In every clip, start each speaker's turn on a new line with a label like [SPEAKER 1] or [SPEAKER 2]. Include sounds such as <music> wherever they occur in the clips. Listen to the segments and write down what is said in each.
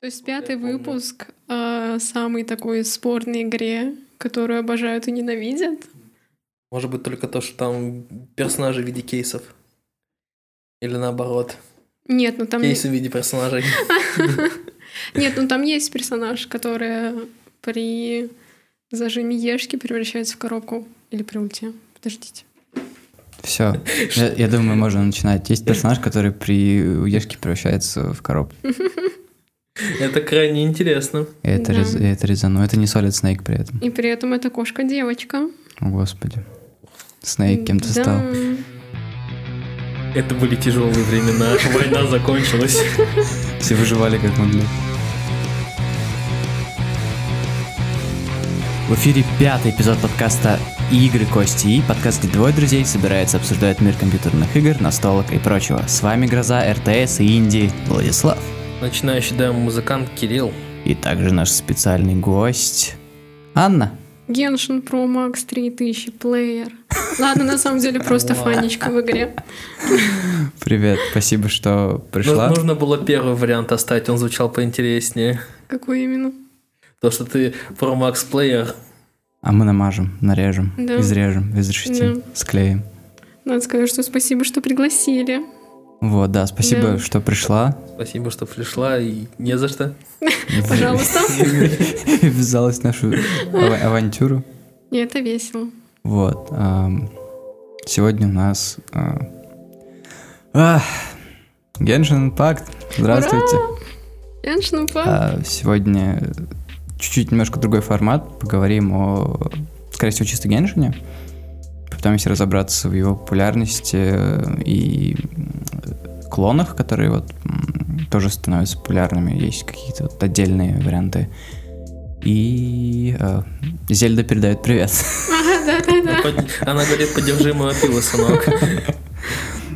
[SPEAKER 1] То есть пятый выпуск о самой такой спорной игре, которую обожают и ненавидят.
[SPEAKER 2] Может быть, только то, что там персонажи в виде кейсов. Или наоборот,
[SPEAKER 1] Нет, ну там...
[SPEAKER 2] кейсы в виде персонажей. <laughs>
[SPEAKER 1] Нет, ну там есть персонаж, который при зажиме Ешки превращается в коробку или при ульте. Подождите. <laughs>
[SPEAKER 3] Все. Я, я думаю, можно начинать. Есть персонаж, который при уешке превращается в коробку.
[SPEAKER 2] Это крайне интересно.
[SPEAKER 3] И это,
[SPEAKER 1] Да.
[SPEAKER 3] рез- и это резон. Но это не Solid Snake при этом.
[SPEAKER 1] И при этом это кошка-девочка.
[SPEAKER 3] О, господи. Снейк кем-то
[SPEAKER 1] Да.
[SPEAKER 3] стал.
[SPEAKER 2] Это были тяжелые <laughs> времена. Война закончилась.
[SPEAKER 3] Все выживали как могли. В эфире пятый эпизод подкаста «Игры Кости И», подкаст, где двое друзей собираются обсуждать мир компьютерных игр, настолок и прочего. С вами Гроза, РТС и Инди, Владислав.
[SPEAKER 2] Начинающий да, музыкант Кирилл.
[SPEAKER 3] И также наш специальный гость Анна.
[SPEAKER 1] Genshin Pro Max 3000 плеер. Ладно, на самом деле просто фанечка в игре.
[SPEAKER 3] Привет, спасибо, что
[SPEAKER 2] Ну,
[SPEAKER 3] пришла.
[SPEAKER 2] Нужно было первый вариант оставить, он звучал поинтереснее.
[SPEAKER 1] Какую именно?
[SPEAKER 2] То, что ты про Макс Плеер.
[SPEAKER 3] А мы намажем, нарежем,
[SPEAKER 1] Да.
[SPEAKER 3] изрежем, изрешетим,
[SPEAKER 1] Да.
[SPEAKER 3] склеим.
[SPEAKER 1] Надо сказать, что спасибо, что пригласили.
[SPEAKER 3] Вот, да, спасибо,
[SPEAKER 1] Да.
[SPEAKER 3] что пришла.
[SPEAKER 2] Спасибо, что пришла, и не за что.
[SPEAKER 1] Пожалуйста.
[SPEAKER 3] <laughs> И Ввязалась в нашу ава- авантюру.
[SPEAKER 1] И это весело.
[SPEAKER 3] Вот. ам, Сегодня у нас а, ах, Genshin Impact. Здравствуйте.
[SPEAKER 1] Genshin Impact.
[SPEAKER 3] А, Сегодня чуть-чуть немножко другой формат. Поговорим о, скорее всего, чисто Геншине. Попытаемся разобраться в его популярности э, и м, клонах, которые вот м, тоже становятся популярными. Есть какие-то вот отдельные варианты. И э, Зельда передает привет. <laughs>
[SPEAKER 1] Ага, да-да-да.
[SPEAKER 2] Она говорит, подержи мою пиво, сынок.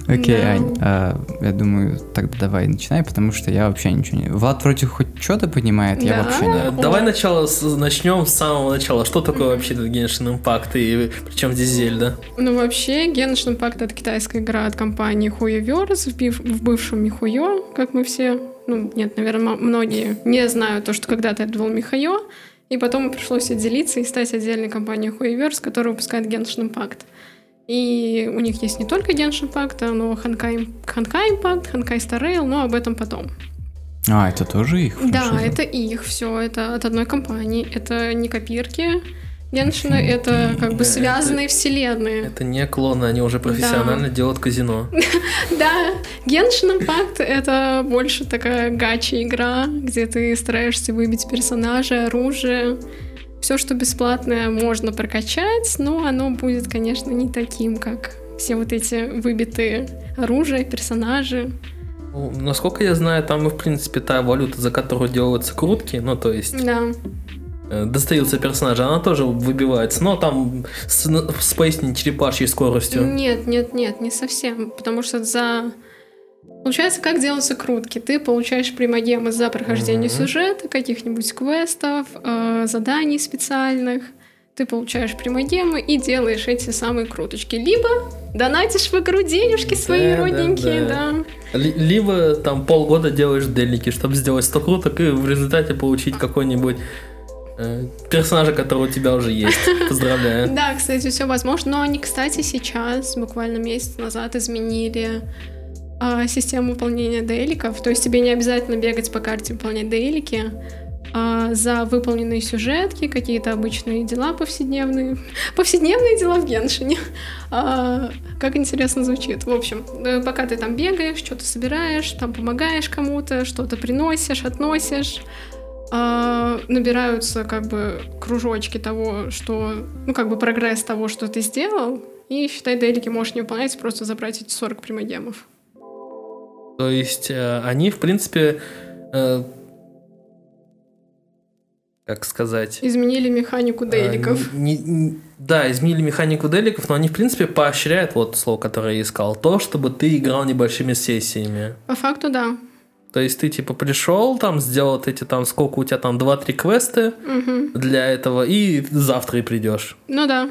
[SPEAKER 3] Окей,
[SPEAKER 1] Да.
[SPEAKER 3] Ань, а, я думаю, тогда давай начинай, потому что я вообще ничего не... Влад вроде хоть что-то понимает, я
[SPEAKER 1] Да.
[SPEAKER 3] вообще
[SPEAKER 2] Э,
[SPEAKER 3] не...
[SPEAKER 2] Давай начало с- начнем с самого начала. Что такое вообще этот Genshin Impact и причем здесь Зельда?
[SPEAKER 1] Ну, вообще, Genshin Impact — это китайская игра от компании Huyoverse в, бив- в бывшем Михуё, как мы все... Ну, нет, наверное, многие не знают то, что когда-то это был Михайо, и потом пришлось отделиться и стать отдельной компанией Huyoverse, которая выпускает Genshin Impact. И у них есть не только Genshin Impact, но Ханкай Ханкай Impact, Ханкай Star Rail, но об этом потом.
[SPEAKER 3] А, это тоже их
[SPEAKER 1] Да,
[SPEAKER 3] франшиза?
[SPEAKER 1] это их все, это от одной компании, это не копирки Геншина, это как
[SPEAKER 2] Да,
[SPEAKER 1] бы связанные вселенные.
[SPEAKER 2] Это не клоны, они уже профессионально делают казино.
[SPEAKER 1] Да, Genshin Impact — это больше такая гача-игра, где ты стараешься выбить персонажа, оружие. Все, что бесплатное, можно прокачать, но оно будет, конечно, не таким, как все вот эти выбитые оружия, персонажи.
[SPEAKER 2] Ну, Насколько я знаю, там и в принципе та валюта, за которую делаются крутки, ну то есть
[SPEAKER 1] Да.
[SPEAKER 2] э, достаются персонажи, она тоже выбивается, но там с, ну, с поистине черепашьей скоростью.
[SPEAKER 1] Нет, нет, нет, не совсем, потому что за... Получается, как делаются крутки? Ты получаешь примагемы за прохождение
[SPEAKER 2] Мгм.
[SPEAKER 1] сюжета, каких-нибудь квестов, э, заданий специальных. Ты получаешь примагемы и делаешь эти самые круточки. Либо донатишь в игру денежки свои
[SPEAKER 2] Да, да,
[SPEAKER 1] родненькие,
[SPEAKER 2] да.
[SPEAKER 1] да.
[SPEAKER 2] Ли- Либо там полгода делаешь делики, чтобы сделать 100 круток и в результате получить какой-нибудь э, персонажа, который у тебя уже есть. Поздравляю.
[SPEAKER 1] Да, кстати, все возможно. Но они, кстати, сейчас, буквально месяц назад, изменили а, систему выполнения дейликов. То есть тебе не обязательно бегать по карте и выполнять дейлики. А за выполненные сюжетки, какие-то обычные дела повседневные. Повседневные дела в Геншине. А, как интересно звучит. В общем, э, пока ты там бегаешь, что-то собираешь, там помогаешь кому-то, что-то приносишь, относишь, а, набираются как бы кружочки того, что, ну как бы прогресс того, что ты сделал, и считай, делики можешь не выполнять, просто забрать эти 40 примагемов.
[SPEAKER 2] То есть э, они, в принципе, э, как сказать,
[SPEAKER 1] Изменили механику деликов.
[SPEAKER 2] э, не- не- да, изменили механику деликов, но они, в принципе, поощряют, вот слово, которое я искал, то, чтобы ты играл небольшими сессиями.
[SPEAKER 1] По факту, да.
[SPEAKER 2] То есть ты, типа, пришел, там, сделал эти, там, сколько у тебя там, 2-3 квеста
[SPEAKER 1] Мгм.
[SPEAKER 2] для этого, и завтра и придешь.
[SPEAKER 1] Ну да.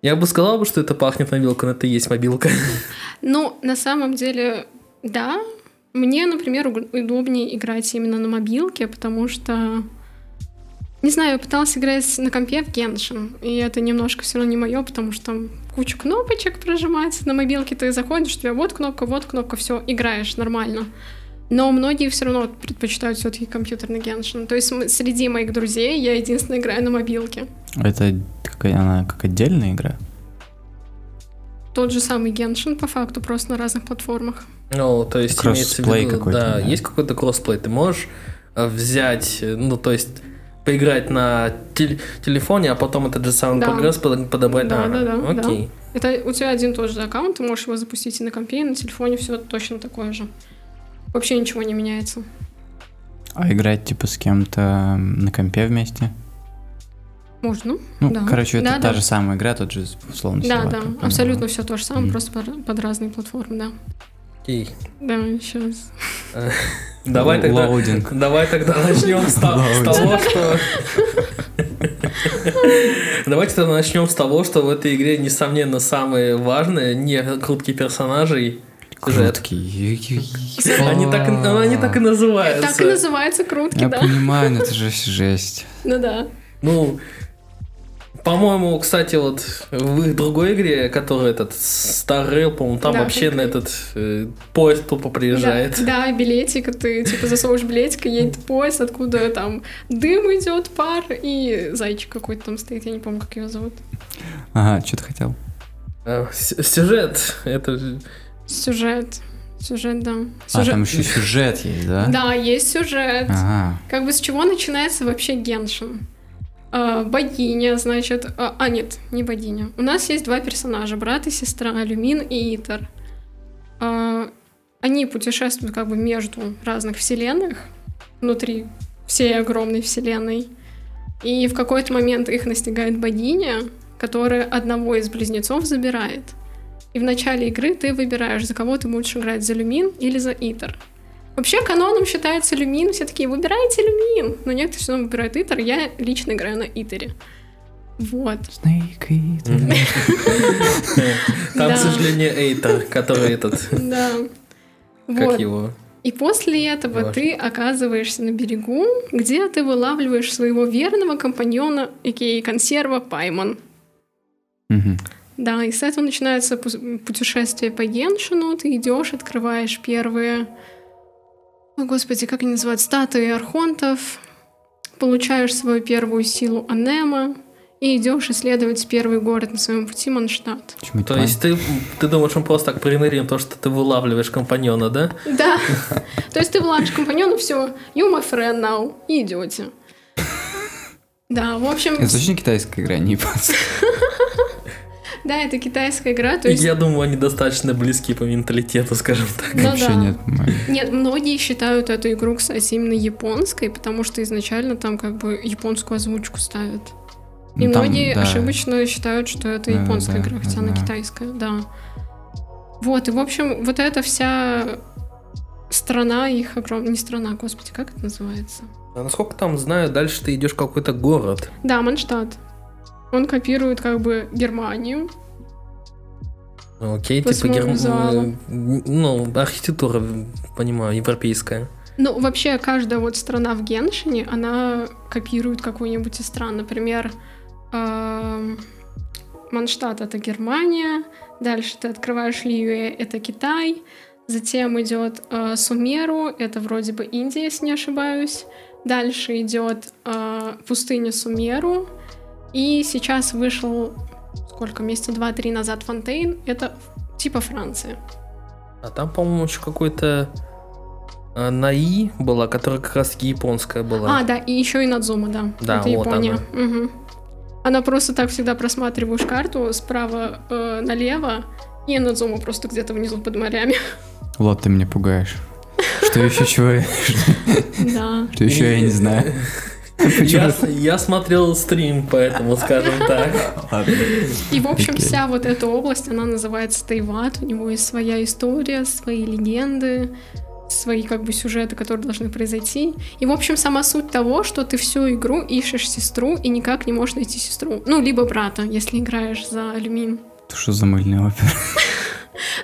[SPEAKER 2] Я бы сказал, бы, что это пахнет мобилка, но это и есть мобилка.
[SPEAKER 1] Ну, на самом деле, да, Мне, например, уг- удобнее играть именно на мобилке, потому что... Не знаю, я пыталась играть на компе в Геншин, и это немножко все равно не мое, потому что там кучу кнопочек прожимать. На мобилке ты заходишь, у тебя вот кнопка, вот кнопка, все, играешь нормально. Но многие все равно предпочитают все-таки компьютерный Геншин. То есть м- среди моих друзей я единственная играю на мобилке.
[SPEAKER 3] Это как, она как отдельная игра?
[SPEAKER 1] Тот же самый Геншин, по факту, просто на разных платформах.
[SPEAKER 2] <laughs> Ну, то есть имеется в
[SPEAKER 3] Кроссплей
[SPEAKER 2] виду,
[SPEAKER 3] какой-то,
[SPEAKER 2] да,
[SPEAKER 3] да.
[SPEAKER 2] есть какой-то кроссплей. Ты можешь э, взять, э, ну, то есть поиграть на тел- телефоне, а потом этот же самый
[SPEAKER 1] Да.
[SPEAKER 2] прогресс под- подобрать.
[SPEAKER 1] Да,
[SPEAKER 2] А,
[SPEAKER 1] да, да, да.
[SPEAKER 2] Окей.
[SPEAKER 1] Это у тебя один и тот же аккаунт, ты можешь его запустить и на компе, и на телефоне, все точно такое же. Вообще ничего не меняется.
[SPEAKER 3] А играть типа с кем-то на компе вместе?
[SPEAKER 1] Можно?
[SPEAKER 3] Ну,
[SPEAKER 1] Да.
[SPEAKER 3] короче, это
[SPEAKER 1] Да,
[SPEAKER 3] та
[SPEAKER 1] да.
[SPEAKER 3] же самая игра, тот же условно
[SPEAKER 1] Да,
[SPEAKER 3] сервак,
[SPEAKER 1] да,
[SPEAKER 3] я понимаю.
[SPEAKER 1] абсолютно все то же самое,
[SPEAKER 3] Мгм.
[SPEAKER 1] просто под, под разные платформы, да.
[SPEAKER 2] Окей.
[SPEAKER 1] Да, сейчас.
[SPEAKER 2] Давай
[SPEAKER 3] Л-
[SPEAKER 2] тогда.
[SPEAKER 3] Лоудинг.
[SPEAKER 2] Давай тогда начнем с то- с того, что... Давайте тогда начнем с того, что в этой игре, несомненно, самые важные, не крутки персонажей. Сюжет.
[SPEAKER 3] Круткий.
[SPEAKER 2] Они так, и- ну, они так и называются.
[SPEAKER 1] Так и называется крутки,
[SPEAKER 3] Я
[SPEAKER 1] да.
[SPEAKER 3] понимаю, но это же жесть.
[SPEAKER 1] Ну да.
[SPEAKER 2] Ну, по-моему, кстати, вот в их другой игре, которая этот Star Rail, по-моему, там
[SPEAKER 1] Да,
[SPEAKER 2] вообще
[SPEAKER 1] так.
[SPEAKER 2] на этот э, поезд тупо приезжает.
[SPEAKER 1] Да, да, билетик, ты типа засовываешь билетик, и едет поезд, откуда там дым идет, пар, и зайчик какой-то там стоит, я не помню, как его зовут.
[SPEAKER 3] Ага, что ты хотел?
[SPEAKER 2] Э, с- Сюжет. Это же-
[SPEAKER 1] Сюжет. Сюжет, да.
[SPEAKER 3] А,
[SPEAKER 1] Сюжет.
[SPEAKER 3] там еще сюжет есть, да? А.
[SPEAKER 1] Да, есть сюжет.
[SPEAKER 3] Ага.
[SPEAKER 1] Как бы с чего начинается вообще Геншин? Э, богиня, значит... А, а, нет, не богиня. У нас есть два персонажа, брат и сестра, Алюмин и Итер. Э, они путешествуют как бы между разных вселенных, внутри всей огромной вселенной. И в какой-то момент их настигает богиня, которая одного из близнецов забирает. И в начале игры ты выбираешь, за кого ты будешь играть, за Люмин или за Итер. Вообще каноном считается люмин, все такие, выбирайте люмин. Но некоторые все равно выбирают Итер, я лично играю на Итере. Вот.
[SPEAKER 3] Snake Eater.
[SPEAKER 2] Там,
[SPEAKER 1] Да.
[SPEAKER 2] к сожалению, Эйтер, который этот...
[SPEAKER 1] Да.
[SPEAKER 2] Как
[SPEAKER 1] Вот.
[SPEAKER 2] его?
[SPEAKER 1] И после этого
[SPEAKER 2] Неважно.
[SPEAKER 1] ты оказываешься на берегу, где ты вылавливаешь своего верного компаньона, и консерва Пайман.
[SPEAKER 3] Мгм.
[SPEAKER 1] Да, и с этого начинается пу- путешествие по Геншину. Ты идешь, открываешь первые... О, господи, как они называют? Статуи архонтов. Получаешь свою первую силу Анема. И идешь исследовать первый город на своем пути Манштадт.
[SPEAKER 3] Чё, типа-
[SPEAKER 2] То есть ты, ты думаешь, он просто так примерим то, что ты вылавливаешь компаньона, да?
[SPEAKER 1] Да. <laughs> То есть ты владишь компаньону, все, you my friend now, и идете. Да, в общем,
[SPEAKER 3] Это точно китайская игра, не японская?
[SPEAKER 1] да, это китайская игра, то есть
[SPEAKER 2] Я думаю, они достаточно близки по менталитету, скажем так.
[SPEAKER 1] Ну
[SPEAKER 3] Вообще
[SPEAKER 1] <laughs> да.
[SPEAKER 3] нет, по-моему.
[SPEAKER 1] Нет, многие считают эту игру, кстати, именно японской, потому что изначально там как бы японскую озвучку ставят. И
[SPEAKER 3] Ну, там,
[SPEAKER 1] многие
[SPEAKER 3] да.
[SPEAKER 1] ошибочно считают, что это
[SPEAKER 3] Да,
[SPEAKER 1] японская
[SPEAKER 3] да,
[SPEAKER 1] игра,
[SPEAKER 3] я
[SPEAKER 1] хотя она
[SPEAKER 3] знаю.
[SPEAKER 1] китайская, да. Вот, и в общем, вот эта вся страна их огром... Не страна, господи, как это называется?
[SPEAKER 2] А насколько там знаю, дальше ты идешь в какой-то город.
[SPEAKER 1] Да, Манштадт. Он копирует как бы Германию.
[SPEAKER 2] Окей, типа
[SPEAKER 1] Восьмого
[SPEAKER 2] герм-
[SPEAKER 1] зала.
[SPEAKER 2] э, Ну, архитектура, понимаю, европейская.
[SPEAKER 1] Ну, вообще, каждая вот страна в Геншине, она копирует какую-нибудь из стран. Например, эм, Манштадт — это Германия, дальше ты открываешь Лиюэ — это Китай, затем идет э, Сумеру, это вроде бы Индия, если не ошибаюсь, дальше идет э, пустыня Сумеру, и сейчас вышел, сколько, месяца два-три назад Фонтейн, это типа Франция.
[SPEAKER 2] А там, по-моему, еще какой-то э, Наи была, которая как раз таки японская была.
[SPEAKER 1] А, да, и еще и Надзума, да.
[SPEAKER 2] Да,
[SPEAKER 1] Это
[SPEAKER 2] вот
[SPEAKER 1] Япония. Мгм. Она просто так всегда просматриваешь карту справа э, налево, и Надзума просто где-то внизу под морями.
[SPEAKER 3] Влад, ты меня пугаешь. Что еще чего? я-
[SPEAKER 1] Да.
[SPEAKER 3] Что еще я не знаю?
[SPEAKER 2] <laughs> я, я смотрел стрим, поэтому, скажем так.
[SPEAKER 3] Ладно.
[SPEAKER 1] И, в общем,
[SPEAKER 3] Окей.
[SPEAKER 1] вся вот эта область, она называется Тайват, у него есть своя история, свои легенды, свои как бы сюжеты, которые должны произойти. И, в общем, сама суть того, что ты всю игру ищешь сестру и никак не можешь найти сестру. Ну, либо брата, если играешь за алюмин.
[SPEAKER 3] Ты что за мыльный опер? <laughs>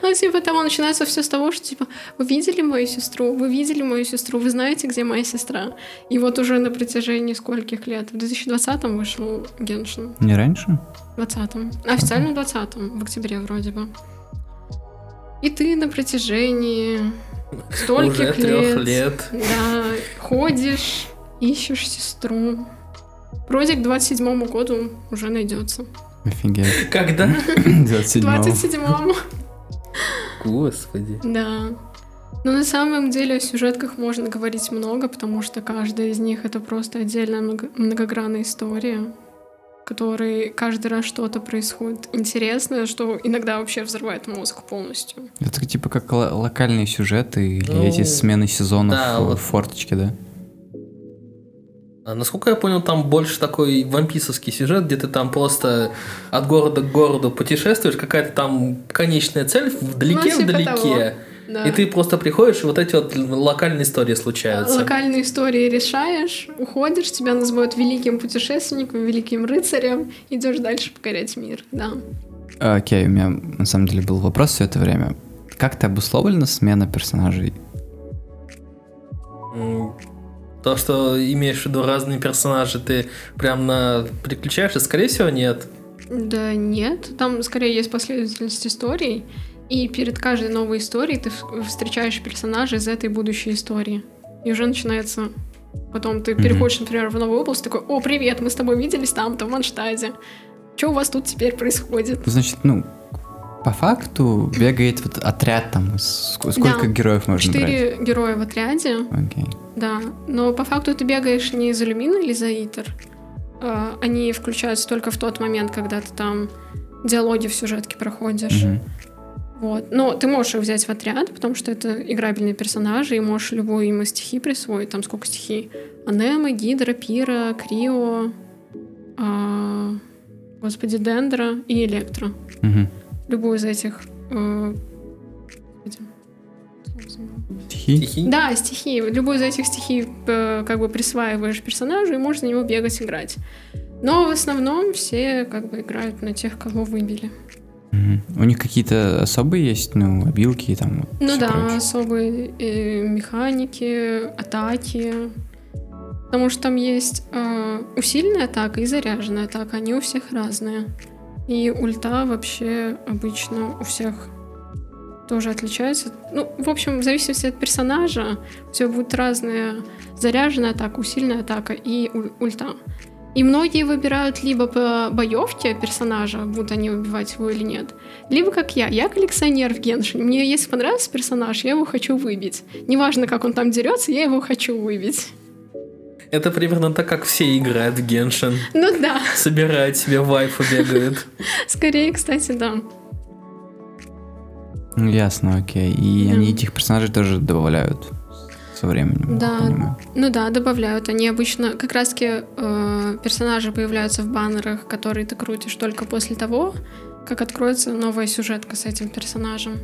[SPEAKER 1] Ну, типа того, начинается все с того, что, типа, вы видели мою сестру, вы видели мою сестру, вы знаете, где моя сестра. И вот уже на протяжении скольких лет? В 2020-м вышел Геншин.
[SPEAKER 3] Не раньше?
[SPEAKER 1] В 20-м. Официально в 20-м, в октябре вроде бы. И ты на протяжении стольких
[SPEAKER 2] Уже трех
[SPEAKER 1] лет.
[SPEAKER 2] лет.
[SPEAKER 1] Да, ходишь, ищешь сестру. Вроде к 27 году уже найдется.
[SPEAKER 3] <clears throat> Офигеть.
[SPEAKER 2] Когда?
[SPEAKER 3] 27
[SPEAKER 1] 27-му.
[SPEAKER 2] Господи.
[SPEAKER 1] Да. Но на самом деле о сюжетках можно говорить много, потому что каждая из них это просто отдельная много- многогранная история, в которой каждый раз что-то происходит интересное, что иногда вообще взрывает мозг полностью.
[SPEAKER 3] Это типа как ло- локальные сюжеты или
[SPEAKER 2] Ну,
[SPEAKER 3] эти смены сезонов
[SPEAKER 2] да,
[SPEAKER 3] э,
[SPEAKER 2] вот.
[SPEAKER 3] в форточке, да?
[SPEAKER 2] А насколько я понял, там больше такой вамписовский сюжет, где ты там просто от города к городу путешествуешь, какая-то там конечная цель вдалеке,
[SPEAKER 1] Ну, типа
[SPEAKER 2] вдалеке.
[SPEAKER 1] Да.
[SPEAKER 2] И ты просто приходишь, и вот эти вот локальные истории случаются.
[SPEAKER 1] локальные истории решаешь, уходишь, тебя называют великим путешественником, великим рыцарем, идешь дальше покорять мир. Да.
[SPEAKER 3] Окей, у меня на самом деле был вопрос все это время. Как-то обусловлена смена персонажей?
[SPEAKER 2] М, То, что имеешь в виду разные персонажи, ты прям на переключаешься, скорее всего, нет.
[SPEAKER 1] Да нет, там скорее есть последовательность историй, и перед каждой новой историей ты в- встречаешь персонажа из этой будущей истории. И уже начинается... Потом ты
[SPEAKER 3] Мгм.
[SPEAKER 1] переходишь, например, в новую область, такой, о, привет, мы с тобой виделись там-то, в Манштаде. Что у вас тут теперь происходит?
[SPEAKER 3] Значит, ну, по факту бегает вот отряд там, с- ск- сколько
[SPEAKER 1] Да.
[SPEAKER 3] героев можно брать?
[SPEAKER 1] Четыре героя в отряде,
[SPEAKER 3] Окей.
[SPEAKER 1] да. Но по факту ты бегаешь не за Люмина или за Итер. А, Они включаются только в тот момент, когда ты там диалоги в сюжетке проходишь.
[SPEAKER 3] Мгм.
[SPEAKER 1] Вот. Но ты можешь их взять в отряд, потому что это играбельные персонажи, и можешь любую им из стихи присвоить. Там сколько стихий? Анема, Гидра, Пира, Крио, а, господи, Дендра и Электро.
[SPEAKER 3] Мгм.
[SPEAKER 1] Любую из этих... э, господи, слово забыла.
[SPEAKER 3] Стихи?
[SPEAKER 2] Стихи.
[SPEAKER 1] Да, стихи. Любую из этих стихий э, как бы присваиваешь персонажу и можешь за него бегать, играть. Но в основном все как бы играют на тех, кого выбили.
[SPEAKER 3] Мгм. У них какие-то особые есть, ну, обилки и там вот
[SPEAKER 1] Ну
[SPEAKER 3] всё
[SPEAKER 1] да,
[SPEAKER 3] прочее?
[SPEAKER 1] особые э, механики, атаки. Потому что там есть э, усиленная атака и заряженная атака. Они у всех разные. И ульта вообще обычно у всех тоже отличается. Ну, в общем, в зависимости от персонажа, все будет разное. Заряженная атака, усиленная атака и уль- ульта. И многие выбирают либо по боевке персонажа, будут они убивать его или нет, либо как я. Я коллекционер в Геншине. Мне если понравился персонаж, я его хочу выбить. Неважно, как он там дерется, я его хочу выбить.
[SPEAKER 2] Это примерно так, как все играют в Геншин.
[SPEAKER 1] Ну да,
[SPEAKER 2] Собирают себе вайфу, бегают.
[SPEAKER 1] скорее, кстати, да.
[SPEAKER 3] Ну, ясно, окей. И
[SPEAKER 1] Да.
[SPEAKER 3] они этих персонажей тоже добавляют со временем. я
[SPEAKER 1] Да.
[SPEAKER 3] понимаю.
[SPEAKER 1] Ну да, добавляют. Они обычно как раз-таки э, персонажи появляются в баннерах, которые ты крутишь только после того, как откроется новая сюжетка с этим персонажем.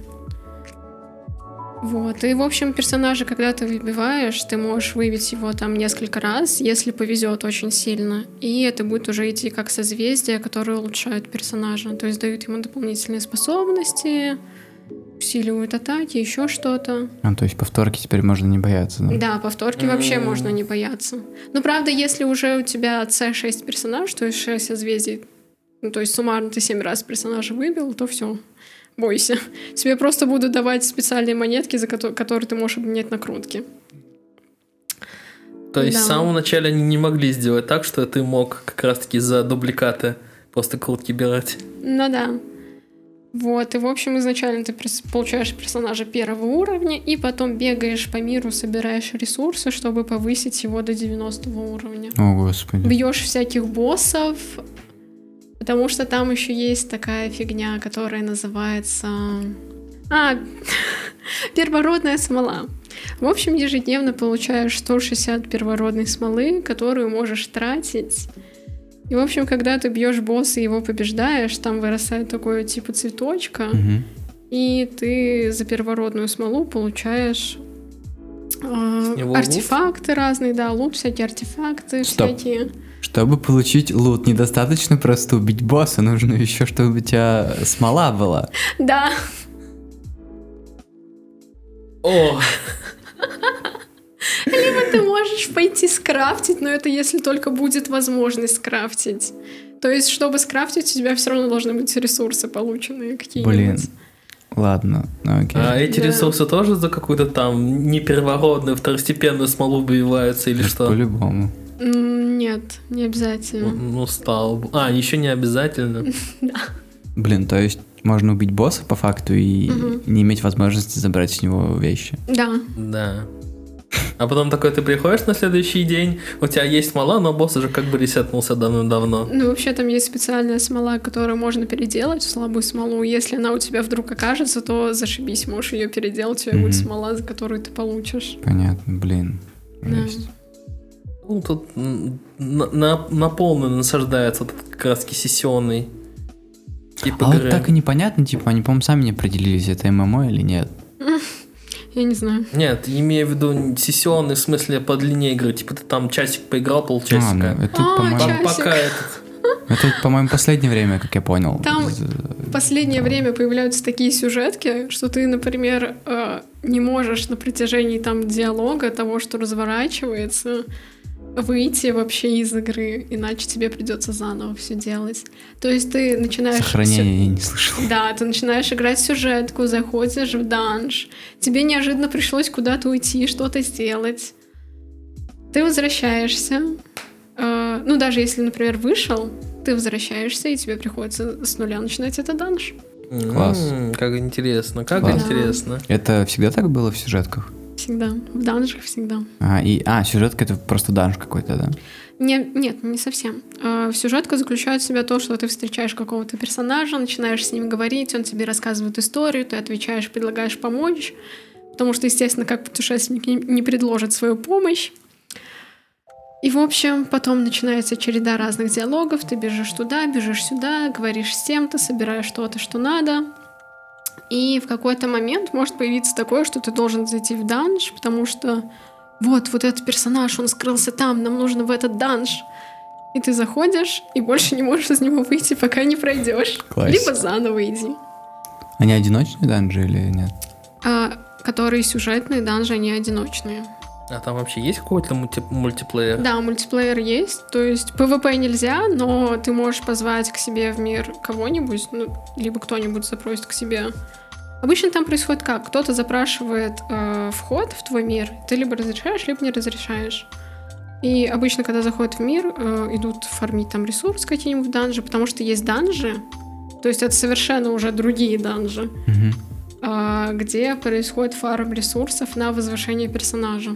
[SPEAKER 1] Вот. И, в общем, персонажа, когда ты выбиваешь, ты можешь выбить его там несколько раз, если повезет очень сильно. И это будет уже идти как созвездие, которое улучшает персонажа. То есть дают ему дополнительные способности, усиливают атаки, еще что-то.
[SPEAKER 3] А, то есть повторки теперь можно не бояться, да?
[SPEAKER 1] Да, повторки вообще
[SPEAKER 2] М.
[SPEAKER 1] можно не бояться. Но правда, если уже у тебя С6 персонаж, то есть 6 созвездий, ну, то есть суммарно ты 7 раз персонажа выбил, то все. Бойся. Тебе просто будут давать специальные монетки, за кото- которые ты можешь обменять на крутки.
[SPEAKER 2] То есть
[SPEAKER 1] Да.
[SPEAKER 2] в самом начале они не могли сделать так, что ты мог как раз-таки за дубликаты просто крутки бирать.
[SPEAKER 1] Ну да. Вот, и в общем изначально ты прис- получаешь персонажа первого уровня, и потом бегаешь по миру, собираешь ресурсы, чтобы повысить его до 90 уровня.
[SPEAKER 3] О, господи.
[SPEAKER 1] бьешь всяких боссов, потому что там еще есть такая фигня, которая называется... А, <laughs> первородная смола. В общем, ежедневно получаешь 160 первородной смолы, которую можешь тратить. И, в общем, когда ты бьешь босса и его побеждаешь, там вырастает такое типа цветочка,
[SPEAKER 3] Мгм.
[SPEAKER 1] и ты за первородную смолу получаешь э,
[SPEAKER 2] него лут?
[SPEAKER 1] артефакты разные, да, лут, всякие артефакты,
[SPEAKER 3] Стоп.
[SPEAKER 1] всякие.
[SPEAKER 3] Чтобы получить лут, недостаточно просто убить босса, нужно еще, чтобы у тебя смола была.
[SPEAKER 1] Да. <laughs>
[SPEAKER 2] О,
[SPEAKER 1] Либо ты можешь пойти скрафтить, но это если только будет возможность скрафтить. То есть, чтобы скрафтить, у тебя все равно должны быть ресурсы полученные какие-нибудь.
[SPEAKER 3] Блин. Ладно, ну окей.
[SPEAKER 2] а эти
[SPEAKER 1] Да.
[SPEAKER 2] ресурсы тоже за какую-то там непервородную второстепенную смолу убиваются или что?
[SPEAKER 3] По-любому.
[SPEAKER 1] М, Нет, не обязательно.
[SPEAKER 2] Ну, стал. бы. А, еще не обязательно.
[SPEAKER 1] <laughs>
[SPEAKER 3] Блин, то есть можно убить босса по факту и
[SPEAKER 1] Мгм.
[SPEAKER 3] не иметь возможности забрать у него вещи.
[SPEAKER 1] Да.
[SPEAKER 2] Да. А потом такой ты приходишь на следующий день, у тебя есть мала, но босс уже как бы ресетнулся давным-давно.
[SPEAKER 1] Ну, вообще, там есть специальная смола, которую можно переделать в слабую смолу. Если она у тебя вдруг окажется, то зашибись, можешь ее переделать, у тебя
[SPEAKER 3] Мгм.
[SPEAKER 1] будет смола, за которую ты получишь.
[SPEAKER 3] Понятно, блин.
[SPEAKER 1] Да.
[SPEAKER 3] Жесть.
[SPEAKER 2] Ну, тут м, на, на, на полную насаждается этот как раз сессионный тип
[SPEAKER 3] А
[SPEAKER 2] игры.
[SPEAKER 3] вот так и непонятно, типа, они, по-моему, сами не определились, это ММО или нет.
[SPEAKER 1] Я не знаю.
[SPEAKER 2] Нет, имею в виду сессионный в смысле по длине игры. Типа ты там часик поиграл,
[SPEAKER 3] А, ну,
[SPEAKER 2] полчасика.
[SPEAKER 3] это,
[SPEAKER 1] А,
[SPEAKER 2] Пом-
[SPEAKER 1] чё?
[SPEAKER 3] по-моему,
[SPEAKER 1] часик.
[SPEAKER 2] Пока этот.
[SPEAKER 3] это, по-моему, последнее время, как я понял.
[SPEAKER 1] Там-
[SPEAKER 3] З-
[SPEAKER 1] В последнее время появляются такие сюжетки, что ты, например, э, не можешь на протяжении там диалога, того, что разворачивается, выйти вообще из игры, иначе тебе придется заново все делать. То есть ты начинаешь... всё-
[SPEAKER 3] Сохранение я не слышал.
[SPEAKER 1] Да, ты начинаешь играть сюжетку, заходишь в данж, тебе неожиданно пришлось куда-то уйти, что-то сделать. Ты возвращаешься, э, ну даже если, например, вышел, ты возвращаешься, и тебе приходится с нуля начинать этот данж.
[SPEAKER 3] Класс.
[SPEAKER 2] М, Как интересно, как
[SPEAKER 3] Класс.
[SPEAKER 2] интересно.
[SPEAKER 3] Это всегда так было в сюжетках?
[SPEAKER 1] Всегда. В данжах всегда.
[SPEAKER 3] А, и, а, сюжетка это просто данж какой-то, да?
[SPEAKER 1] Не, нет, не совсем. А, В сюжетку заключает в себя то, что ты встречаешь какого-то персонажа, начинаешь с ним говорить, он тебе рассказывает историю, ты отвечаешь, предлагаешь помочь. Потому что, естественно, как путешественник не- не предложит свою помощь. И, в общем, потом начинается череда разных диалогов. Ты бежишь туда, бежишь сюда, говоришь с тем-то, собираешь что-то, что надо. И в какой-то момент может появиться такое, что ты должен зайти в данж, потому что вот, вот этот персонаж, он скрылся там, нам нужно в этот данж. И ты заходишь, и больше не можешь из него выйти, пока не пройдешь.
[SPEAKER 3] Класс.
[SPEAKER 1] Либо заново иди.
[SPEAKER 3] Они одиночные данжи или нет?
[SPEAKER 1] А, которые сюжетные данжи, они одиночные.
[SPEAKER 2] А там вообще есть какой-то мульти- мультиплеер?
[SPEAKER 1] Да, мультиплеер есть, то есть PvP нельзя, но ты можешь позвать к себе в мир кого-нибудь, ну, либо кто-нибудь запросит к себе. Обычно там происходит как? Кто-то запрашивает э, вход в твой мир, ты либо разрешаешь, либо не разрешаешь. И обычно, когда заходят в мир, э, идут фармить там ресурс какие-нибудь в данжи, потому что есть данжи, то есть это совершенно уже другие данжи,
[SPEAKER 3] Мгм.
[SPEAKER 1] а, где происходит фарм ресурсов на возвышение персонажа.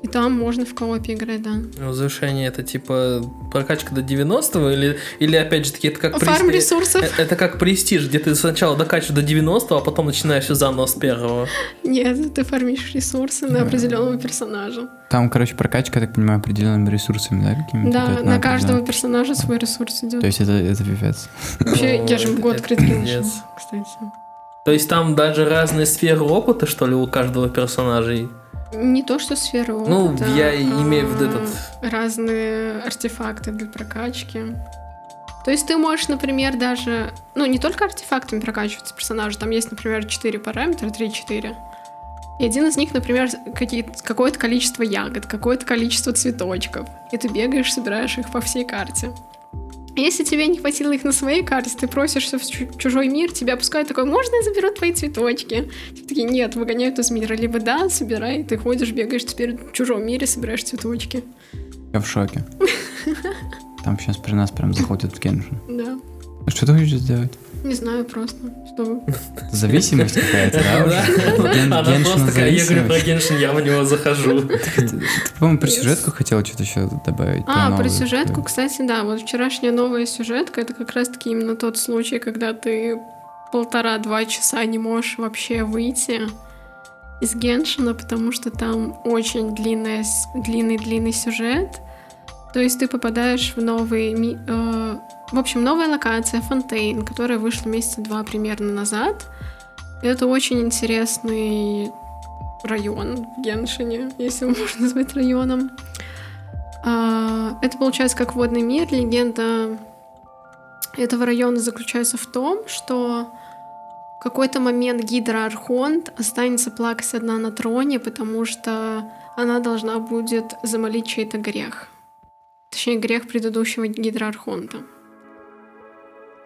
[SPEAKER 1] И там можно в коопе играть, да.
[SPEAKER 2] Ну, Завершение это типа прокачка до 90-го или, или опять же таки это как
[SPEAKER 1] Фарм
[SPEAKER 2] прести- э,
[SPEAKER 1] ресурсов?
[SPEAKER 2] Это как престиж, где ты сначала докачиваешь до 90-го, а потом начинаешь всё заново с первого.
[SPEAKER 1] Нет, ты фармишь ресурсы на
[SPEAKER 3] Да.
[SPEAKER 1] определенного персонажа.
[SPEAKER 3] Там, короче, прокачка, я так понимаю, определенными ресурсами, ну, да, какими-то?
[SPEAKER 1] Да,
[SPEAKER 3] идет
[SPEAKER 1] на
[SPEAKER 3] определенные?
[SPEAKER 1] каждого персонажа свой ресурс
[SPEAKER 3] То
[SPEAKER 1] идет.
[SPEAKER 3] есть это, это пипец.
[SPEAKER 1] Вообще, я же
[SPEAKER 2] Ой,
[SPEAKER 1] в год
[SPEAKER 2] это
[SPEAKER 1] открытки
[SPEAKER 2] пиздец.
[SPEAKER 1] начала, кстати.
[SPEAKER 2] То есть там даже разные сферы опыта, что ли, у каждого персонажа?
[SPEAKER 1] Не то, что сферы
[SPEAKER 2] Ну,
[SPEAKER 1] опыта,
[SPEAKER 2] я и имею в виду
[SPEAKER 1] а,
[SPEAKER 2] этот...
[SPEAKER 1] Разные артефакты для прокачки. То есть ты можешь, например, даже... Ну, не только артефактами прокачиваться персонажи. Там есть, например, 4 параметра, 3-4. И один из них, например, какие- какое-то количество ягод, какое-то количество цветочков. И ты бегаешь, собираешь их по всей карте. Если тебе не хватило их на своей карте, ты просишься в чу- чужой мир, тебя пускают такой, можно я заберу твои цветочки? Все такие, нет, выгоняют из мира. Либо да, собирай, и ты ходишь, бегаешь теперь в чужом мире, собираешь цветочки.
[SPEAKER 3] Я
[SPEAKER 1] <laughs>
[SPEAKER 3] в шоке. Там сейчас при нас прям заходят в Геншин.
[SPEAKER 1] Да,
[SPEAKER 3] А Что ты хочешь сделать?
[SPEAKER 1] не знаю просто, чтобы...
[SPEAKER 2] <laughs>
[SPEAKER 3] Зависимость какая-то, да? уже? Ген-
[SPEAKER 2] Она
[SPEAKER 3] Геншина
[SPEAKER 2] просто такая, я говорю про
[SPEAKER 3] зависимость.
[SPEAKER 2] Геншин, я в него
[SPEAKER 3] <laughs>
[SPEAKER 2] захожу.
[SPEAKER 3] Ты, по-моему, про сюжетку хотела что-то еще добавить?
[SPEAKER 1] А, про
[SPEAKER 3] новую,
[SPEAKER 1] сюжетку,
[SPEAKER 3] что ли?
[SPEAKER 1] кстати, да, вот вчерашняя новая сюжетка, это как раз-таки именно тот случай, когда ты полтора-два часа не можешь вообще выйти из Геншина, потому что там очень длинная с- длинный-длинный сюжет. То есть ты попадаешь в новый... ми- э, в общем, новая локация Фонтейн, которая вышла месяца два примерно назад. Это очень интересный район в Геншине, если <laughs> его можно назвать районом. А, Это получается как водный мир. Легенда этого района заключается в том, что В какой-то момент Гидра Архонт останется плакать одна на троне, потому что она должна будет замолить чей-то грех. Точнее, грех предыдущего Гидра Архонта.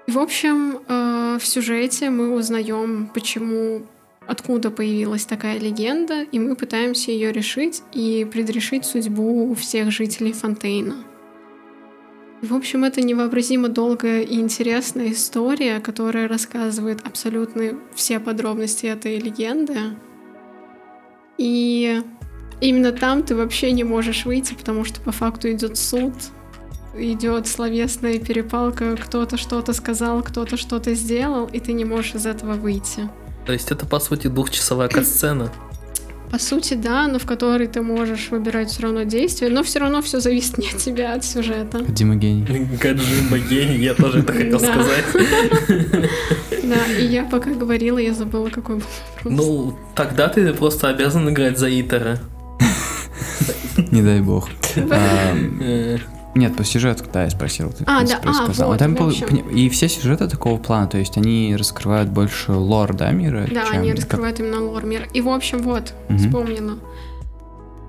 [SPEAKER 1] И, в общем, э, в сюжете мы узнаем, почему откуда появилась такая легенда, и мы пытаемся ее решить и предрешить судьбу всех жителей Фонтейна. В общем, это невообразимо долгая и интересная история, которая рассказывает абсолютно все подробности этой легенды. И именно там ты вообще не можешь выйти, потому что по факту идет суд, идет словесная перепалка, кто-то что-то сказал, кто-то что-то сделал, и ты не можешь из этого выйти.
[SPEAKER 2] То есть это, по сути, двухчасовая катсцена. <laughs>
[SPEAKER 1] По сути, да, но в которой ты можешь выбирать все равно действие, но все равно все зависит не от тебя, а от сюжета.
[SPEAKER 3] Дима гений.
[SPEAKER 2] Гаджима гений, я тоже это хотел
[SPEAKER 1] Да.
[SPEAKER 2] сказать.
[SPEAKER 1] <laughs> Да, и я пока говорила, я забыла, какой был вопрос.
[SPEAKER 2] Ну, тогда ты просто обязан играть за Итера.
[SPEAKER 3] Не дай бог. Ам,
[SPEAKER 2] Э,
[SPEAKER 3] Нет, по сюжету, да, я спросил. ты, в
[SPEAKER 1] А,
[SPEAKER 3] принципе,
[SPEAKER 1] да, а,
[SPEAKER 3] рассказал.
[SPEAKER 1] вот,
[SPEAKER 3] А там
[SPEAKER 1] в
[SPEAKER 3] пол-
[SPEAKER 1] общем.
[SPEAKER 3] пни- И все сюжеты такого плана, то есть они раскрывают больше лор, да, мира?
[SPEAKER 1] Да,
[SPEAKER 3] чем
[SPEAKER 1] они
[SPEAKER 3] как-
[SPEAKER 1] раскрывают именно лор мира. И в общем, вот,
[SPEAKER 3] Мгм.
[SPEAKER 1] вспомнила.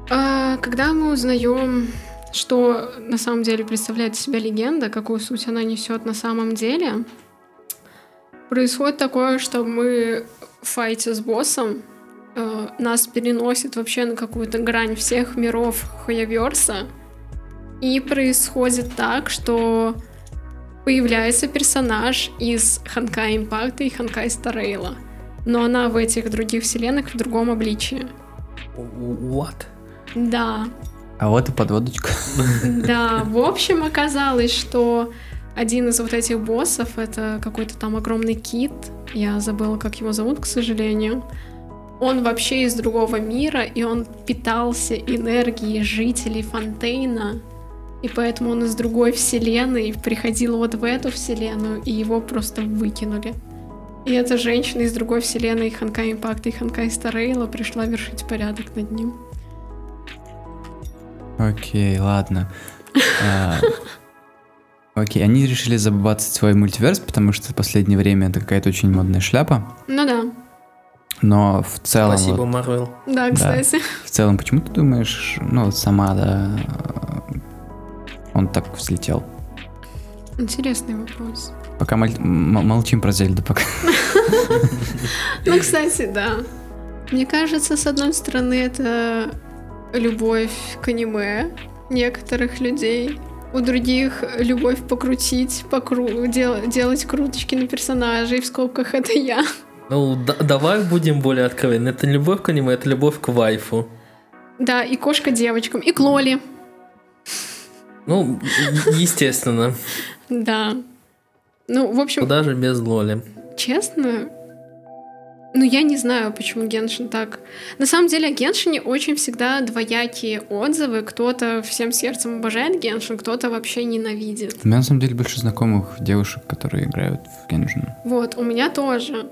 [SPEAKER 1] А, когда мы узнаем, что на самом деле представляет из себя легенда, какую суть она несет на самом деле, происходит такое, что мы в файте с боссом э, нас переносит вообще на какую-то грань всех миров Хуяверса. И происходит так, что появляется персонаж из Ханкай Импакта и Ханкай Старейла. Но она в этих других вселенных в другом обличии.
[SPEAKER 2] What?
[SPEAKER 1] Да,
[SPEAKER 3] А вот и подводочка. <laughs>
[SPEAKER 1] да. В общем, оказалось, что один из вот этих боссов, это какой-то там огромный кит, я забыла, как его зовут, к сожалению, он вообще из другого мира, и он питался энергией жителей Фонтейна, и поэтому он из другой вселенной приходил вот в эту вселенную, и его просто выкинули. И эта женщина из другой вселенной Ханкай Импакта и Ханкай Старейла пришла вершить порядок над ним.
[SPEAKER 3] Окей, ладно.
[SPEAKER 1] <laughs>
[SPEAKER 3] А, Окей, они решили забабацать свой мультиверс, потому что в последнее время это какая-то очень модная шляпа.
[SPEAKER 1] Ну да,
[SPEAKER 3] Но в целом,
[SPEAKER 2] Спасибо,
[SPEAKER 3] ну вот-
[SPEAKER 2] Марвел.
[SPEAKER 1] да, кстати.
[SPEAKER 3] в целом, почему ты думаешь, ну вот сама, да, он так взлетел?
[SPEAKER 1] Интересный вопрос.
[SPEAKER 3] Пока моль- м- молчим про Зельду, пока.
[SPEAKER 1] Ну, кстати, да. Мне кажется, с одной стороны, это любовь к аниме некоторых людей. У других любовь покрутить, покру... дел- делать круточки на персонажей, в скобках <laughs> это я.
[SPEAKER 2] Ну, да- давай будем более откровенны. Это не любовь к аниме, это любовь к вайфу.
[SPEAKER 1] Да, и кошка девочкам, и к Лоли.
[SPEAKER 2] Ну, е- естественно. <laughs>
[SPEAKER 1] Да. Ну, в общем,
[SPEAKER 2] Куда же без Лоли?
[SPEAKER 1] Честно? Ну, я не знаю, почему Геншин так. На самом деле, о Геншине очень всегда двоякие отзывы. Кто-то всем сердцем обожает Геншин, кто-то вообще ненавидит.
[SPEAKER 3] У меня на самом деле больше знакомых девушек, которые играют в Генджин.
[SPEAKER 1] Вот, у меня тоже.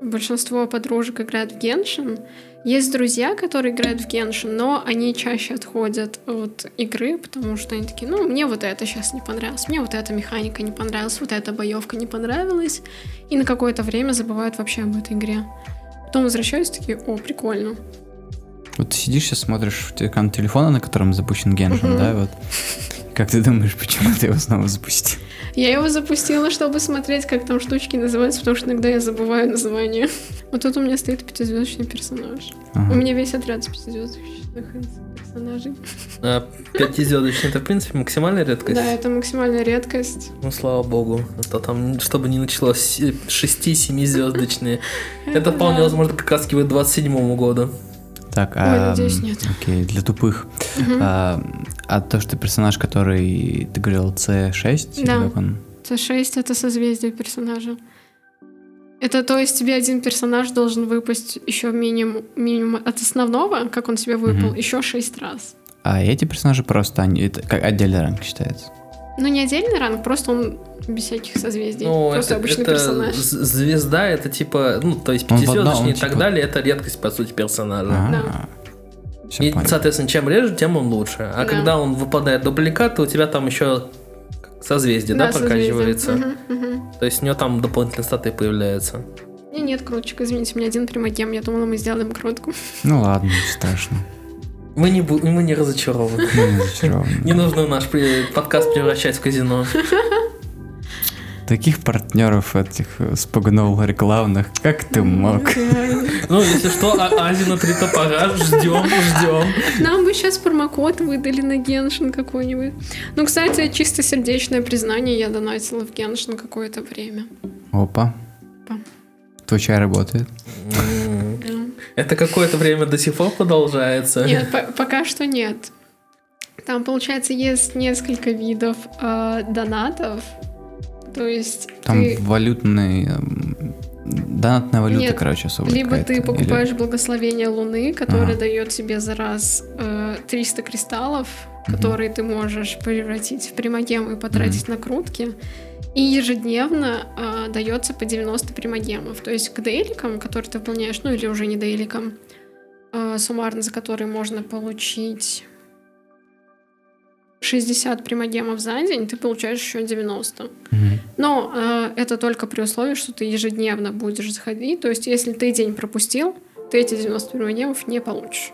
[SPEAKER 1] Большинство подружек играют в Геншин. Есть друзья, которые играют в Геншин, но они чаще отходят от игры, потому что они такие, ну, мне вот это сейчас не понравилось, мне вот эта механика не понравилась, вот эта боевка не понравилась, и на какое-то время забывают вообще об этой игре. Потом возвращаются такие, о, прикольно.
[SPEAKER 3] Вот ты сидишь сейчас, смотришь в те- экран телефона, на котором запущен Генджин,
[SPEAKER 1] Мгм.
[SPEAKER 3] да, вот. Как ты думаешь, почему ты его снова запустил?
[SPEAKER 1] Я его запустила, чтобы смотреть, как там штучки называются, потому что иногда я забываю название. <laughs> Вот тут у меня стоит пятизвездочный персонаж. У
[SPEAKER 3] Ага.
[SPEAKER 1] меня весь отряд с пятизвездочных персонажей.
[SPEAKER 2] А, Пятизвездочный это, в принципе, максимальная редкость.
[SPEAKER 1] Да, это максимальная редкость.
[SPEAKER 2] Ну, слава богу. А то там, чтобы не началось
[SPEAKER 1] <laughs>
[SPEAKER 2] 6-7 звездочные. Это вполне
[SPEAKER 1] да.
[SPEAKER 2] возможно как раз к 27 году.
[SPEAKER 3] Так,
[SPEAKER 1] Ой,
[SPEAKER 3] а,
[SPEAKER 1] надеюсь,
[SPEAKER 3] м,
[SPEAKER 1] нет.
[SPEAKER 3] Окей, для тупых. А, а то, что персонаж, который ты говорил, C6, или
[SPEAKER 1] Да.
[SPEAKER 3] как он?
[SPEAKER 1] Т6 — это созвездие персонажа. Это то есть тебе один персонаж должен выпасть еще минимум, минимум от основного, как он тебе выпал,
[SPEAKER 3] Мгм.
[SPEAKER 1] еще шесть раз.
[SPEAKER 3] А эти персонажи просто они это как отдельный ранг считается.
[SPEAKER 1] Ну, не отдельный ранг, просто он без всяких созвездий.
[SPEAKER 2] Ну,
[SPEAKER 1] просто
[SPEAKER 2] это,
[SPEAKER 1] обычный
[SPEAKER 2] это
[SPEAKER 1] персонаж.
[SPEAKER 2] з- звезда, это типа, ну, то есть
[SPEAKER 3] Он в одном,
[SPEAKER 2] пятизвездочный
[SPEAKER 3] он
[SPEAKER 2] и так
[SPEAKER 3] типа-
[SPEAKER 2] далее, это редкость, по сути, персонажа.
[SPEAKER 3] А, всё
[SPEAKER 2] И,
[SPEAKER 3] понял.
[SPEAKER 2] соответственно, чем реже, тем он лучше.
[SPEAKER 1] Да.
[SPEAKER 2] А когда он выпадает дубликат, то у тебя там еще созвездие, да,
[SPEAKER 1] созвездие.
[SPEAKER 2] прокачивается.
[SPEAKER 1] Мгм, мгм.
[SPEAKER 2] То есть у него там дополнительные статы появляются.
[SPEAKER 1] Не, нет, крутчик, извините, у меня один прямогем, я думала, мы сделаем крутку.
[SPEAKER 3] Ну ладно, не страшно.
[SPEAKER 2] Мы не, бу- мы не разочарованы.
[SPEAKER 3] Мы не разочарованы.
[SPEAKER 2] Не нужно наш при- подкаст превращать в казино.
[SPEAKER 3] Таких партнеров этих э, спугнул рекламных, как ты
[SPEAKER 1] Ну,
[SPEAKER 3] мог?
[SPEAKER 1] Реально.
[SPEAKER 2] Ну, если что, А- Азина три топора, ждем, ждем.
[SPEAKER 1] Нам бы сейчас промокод выдали на Геншин какой-нибудь. Ну, кстати, чисто сердечное признание, я донатила в Геншин какое-то время.
[SPEAKER 3] Опа.
[SPEAKER 1] Опа.
[SPEAKER 3] Твой чай работает.
[SPEAKER 1] Да.
[SPEAKER 2] Это какое-то время до сих пор продолжается.
[SPEAKER 1] Нет, по- пока что нет. Там, получается, есть несколько видов э, донатов. То есть
[SPEAKER 3] Там
[SPEAKER 1] ты-
[SPEAKER 3] валютный... эм, Донатная валюта,
[SPEAKER 1] Нет,
[SPEAKER 3] короче, особо
[SPEAKER 1] либо
[SPEAKER 3] какая-то.
[SPEAKER 1] ты
[SPEAKER 3] Или-
[SPEAKER 1] покупаешь благословение Луны, которое
[SPEAKER 3] Ага.
[SPEAKER 1] дает тебе за раз э, 300 кристаллов,
[SPEAKER 3] Мгм.
[SPEAKER 1] которые ты можешь превратить в примагем и потратить на крутки. И ежедневно э, дается по 90 примагемов. То есть к дейликам, которые ты выполняешь, ну или уже не дейликам, э, суммарно за которые можно получить 60 примагемов за день, ты получаешь еще 90.
[SPEAKER 3] Мгм.
[SPEAKER 1] Но э, это только при условии, что ты ежедневно будешь заходить. То есть, если ты день пропустил, ты эти 90 примагемов не получишь.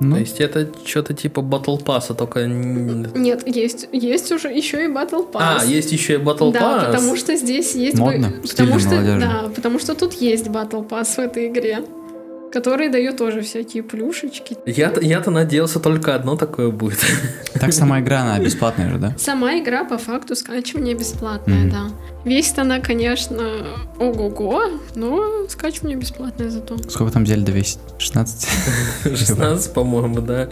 [SPEAKER 3] Ну,
[SPEAKER 2] То есть это что-то типа батл пасса, только... н-
[SPEAKER 1] Нет, есть, есть уже еще и Battle Pass.
[SPEAKER 2] А, есть еще и батл
[SPEAKER 1] Да,
[SPEAKER 2] пасс.
[SPEAKER 1] потому что здесь есть... бы-
[SPEAKER 3] Модно,
[SPEAKER 1] потому
[SPEAKER 3] стильно,
[SPEAKER 1] что,
[SPEAKER 3] молодежно.
[SPEAKER 1] да, потому что тут есть Battle Pass в этой игре, которые дают тоже всякие плюшечки.
[SPEAKER 2] Я-то, я-то надеялся, только одно такое будет. <laughs>
[SPEAKER 3] так сама игра, она бесплатная
[SPEAKER 1] <laughs>
[SPEAKER 3] же, да?
[SPEAKER 1] Сама игра по факту скачивание бесплатное,
[SPEAKER 3] Мгм.
[SPEAKER 1] да. Весит она, конечно, ого-го, но скачивание бесплатное зато.
[SPEAKER 3] Сколько там Зельда весит?
[SPEAKER 1] <laughs>
[SPEAKER 3] 16?
[SPEAKER 2] 16, по-моему, да.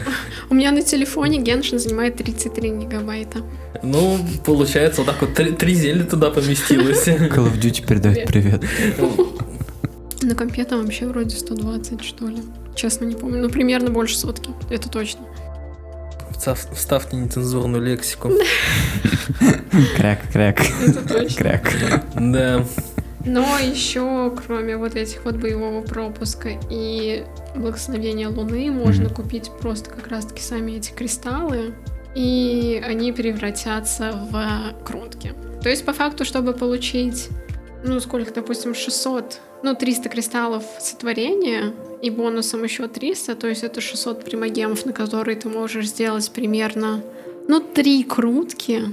[SPEAKER 1] У меня на телефоне Геншин занимает 33 гигабайта.
[SPEAKER 2] Ну, получается, вот так вот три, три зелья
[SPEAKER 1] <laughs>
[SPEAKER 2] туда поместилось.
[SPEAKER 3] Call of Duty передает привет.
[SPEAKER 1] На компе там вообще вроде 120, что ли. Честно, не помню. Ну, примерно больше сотки. Это точно.
[SPEAKER 2] Встав- Вставьте нецензурную лексику.
[SPEAKER 3] Кряк, кряк,
[SPEAKER 1] Это точно.
[SPEAKER 3] кряк.
[SPEAKER 2] Да.
[SPEAKER 1] Но еще, кроме вот этих вот боевого пропуска и благословения Луны, можно
[SPEAKER 3] Мгм.
[SPEAKER 1] купить просто как раз-таки сами эти кристаллы. И они превратятся в крутки. То есть, по факту, чтобы получить, ну, сколько, допустим, 600, ну, 300 кристаллов сотворения и бонусом еще 300, то есть это 600 примагемов, на которые ты можешь сделать примерно, ну, 3 крутки,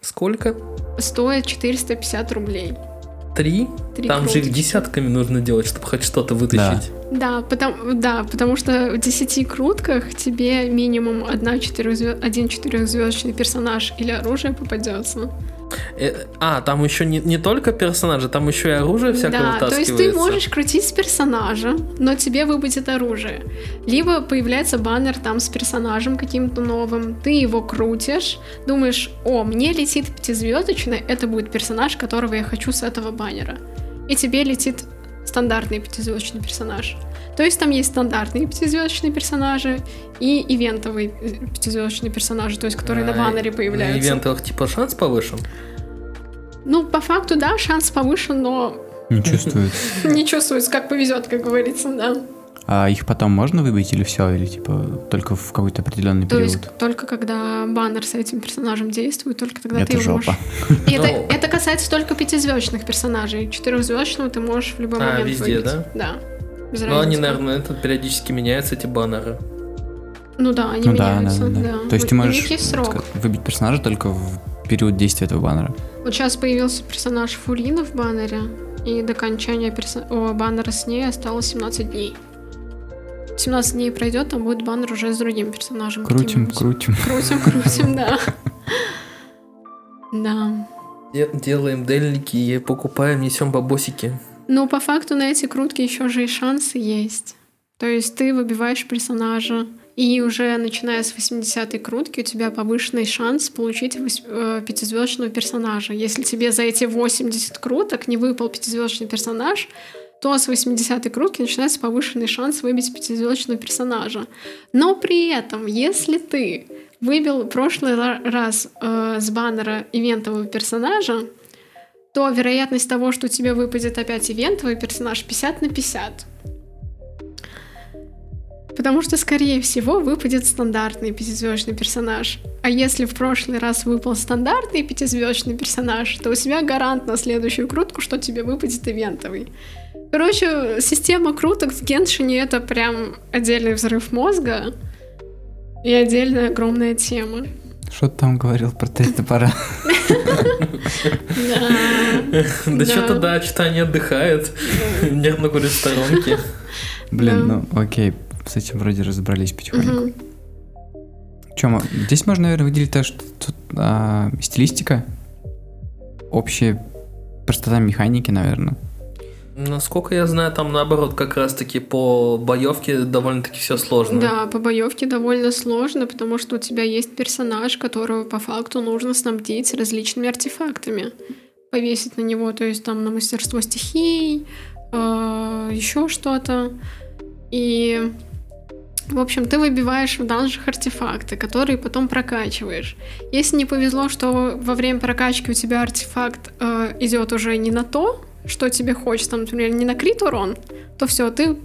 [SPEAKER 2] Сколько?
[SPEAKER 1] стоит 450 рублей.
[SPEAKER 2] Три?
[SPEAKER 1] Три
[SPEAKER 2] Там же их
[SPEAKER 1] круточки.
[SPEAKER 2] десятками нужно делать, чтобы хоть что-то вытащить.
[SPEAKER 1] Да, потому, да, потому что в 10 крутках тебе минимум одна четырехзвё- один четырехзвездочный персонаж или оружие попадется.
[SPEAKER 2] Э, а, там еще не, не только персонажи, там еще и оружие всякое
[SPEAKER 1] да, то есть ты
[SPEAKER 2] вытаскивается.
[SPEAKER 1] можешь крутить с персонажа, но тебе выпадет оружие. Либо появляется баннер там с персонажем каким-то новым, ты его крутишь, думаешь, о, мне летит пятизвездочный, это будет персонаж, которого я хочу с этого баннера. И тебе летит стандартный пятизвездочный персонаж. То есть там есть стандартные пятизвездочные персонажи и ивентовые э, пятизвездочные персонажи, то есть которые на
[SPEAKER 2] А,
[SPEAKER 1] баннере
[SPEAKER 2] На
[SPEAKER 1] появляются.
[SPEAKER 2] ивентах типа шанс повышен.
[SPEAKER 1] Ну, по факту, да, шанс повышен, но
[SPEAKER 3] Не чувствует.
[SPEAKER 1] не чувствуется, как повезет, как говорится, да.
[SPEAKER 3] А их потом можно выбить или все? Или типа только в какой-то определенный
[SPEAKER 1] То есть
[SPEAKER 3] период?
[SPEAKER 1] только когда баннер с этим персонажем действует, только тогда ты
[SPEAKER 3] Это
[SPEAKER 1] его
[SPEAKER 3] жопа.
[SPEAKER 1] можешь. И это,
[SPEAKER 2] Ну.
[SPEAKER 1] это касается только пятизвездочных персонажей. Четырехзвездочного ты можешь в любой
[SPEAKER 2] А,
[SPEAKER 1] момент
[SPEAKER 2] везде,
[SPEAKER 1] выбить.
[SPEAKER 2] да?
[SPEAKER 1] Да. Без
[SPEAKER 2] Ну,
[SPEAKER 1] разницы.
[SPEAKER 2] они, наверное, это периодически меняются, эти баннеры.
[SPEAKER 1] Ну да, они
[SPEAKER 3] Ну да, да,
[SPEAKER 1] меняются.
[SPEAKER 3] да, да.
[SPEAKER 1] да.
[SPEAKER 3] То есть ты
[SPEAKER 1] У- у
[SPEAKER 3] можешь
[SPEAKER 1] них есть срок.
[SPEAKER 3] так сказать, выбить персонажа только в период действия этого баннера.
[SPEAKER 1] Вот сейчас появился персонаж Фурина в баннере, и до окончания персо- о, баннера с ней осталось 17 дней. 17 дней пройдет, там будет баннер уже с другим персонажем.
[SPEAKER 3] Крутим,
[SPEAKER 1] каким-нибудь.
[SPEAKER 3] крутим.
[SPEAKER 1] Крутим, крутим, да. Да.
[SPEAKER 2] Де- Делаем дельники и покупаем, несем бабосики. <laughs>
[SPEAKER 1] Но по факту на эти крутки еще же и шансы есть. То есть ты выбиваешь персонажа, и уже начиная с 80-й крутки у тебя повышенный шанс получить вось- э, пятизвездочного персонажа. Если тебе за эти 80 круток не выпал пятизвездочный персонаж, то с 80-й крутки начинается повышенный шанс выбить пятизвездочного персонажа. Но при этом, если ты выбил в прошлый ла- раз э, с баннера ивентового персонажа, то вероятность того, что тебе выпадет опять ивентовый персонаж 50 на 50. Потому что, скорее всего, выпадет стандартный пятизвездный персонаж. А если в прошлый раз выпал стандартный пятизвездный персонаж, то у тебя гарант на следующую крутку, что тебе выпадет ивентовый. Короче, система круток в Геншине это прям отдельный взрыв мозга и отдельная огромная тема.
[SPEAKER 3] Что ты там говорил про три
[SPEAKER 1] <laughs>
[SPEAKER 3] топора?
[SPEAKER 2] Да что-то да, что-то они отдыхают. <laughs> Нервно курят сторонки.
[SPEAKER 3] <laughs> Блин, ну окей, с этим вроде разобрались потихоньку. Чем? Здесь можно, наверное, выделить то, что тут а, стилистика, общая простота механики, наверное.
[SPEAKER 2] Насколько я знаю, там наоборот, как раз-таки по боевке довольно-таки все сложно.
[SPEAKER 1] Да, по боевке довольно сложно, потому что у тебя есть персонаж, которого по факту нужно снабдить различными артефактами, повесить на него, то есть там на мастерство стихий, э, еще что-то. И, в общем, ты выбиваешь в данжах артефакты, которые потом прокачиваешь. Если не повезло, что во время прокачки у тебя артефакт э, идет уже не на то, что тебе хочется, например, не на крит урон, то все, ты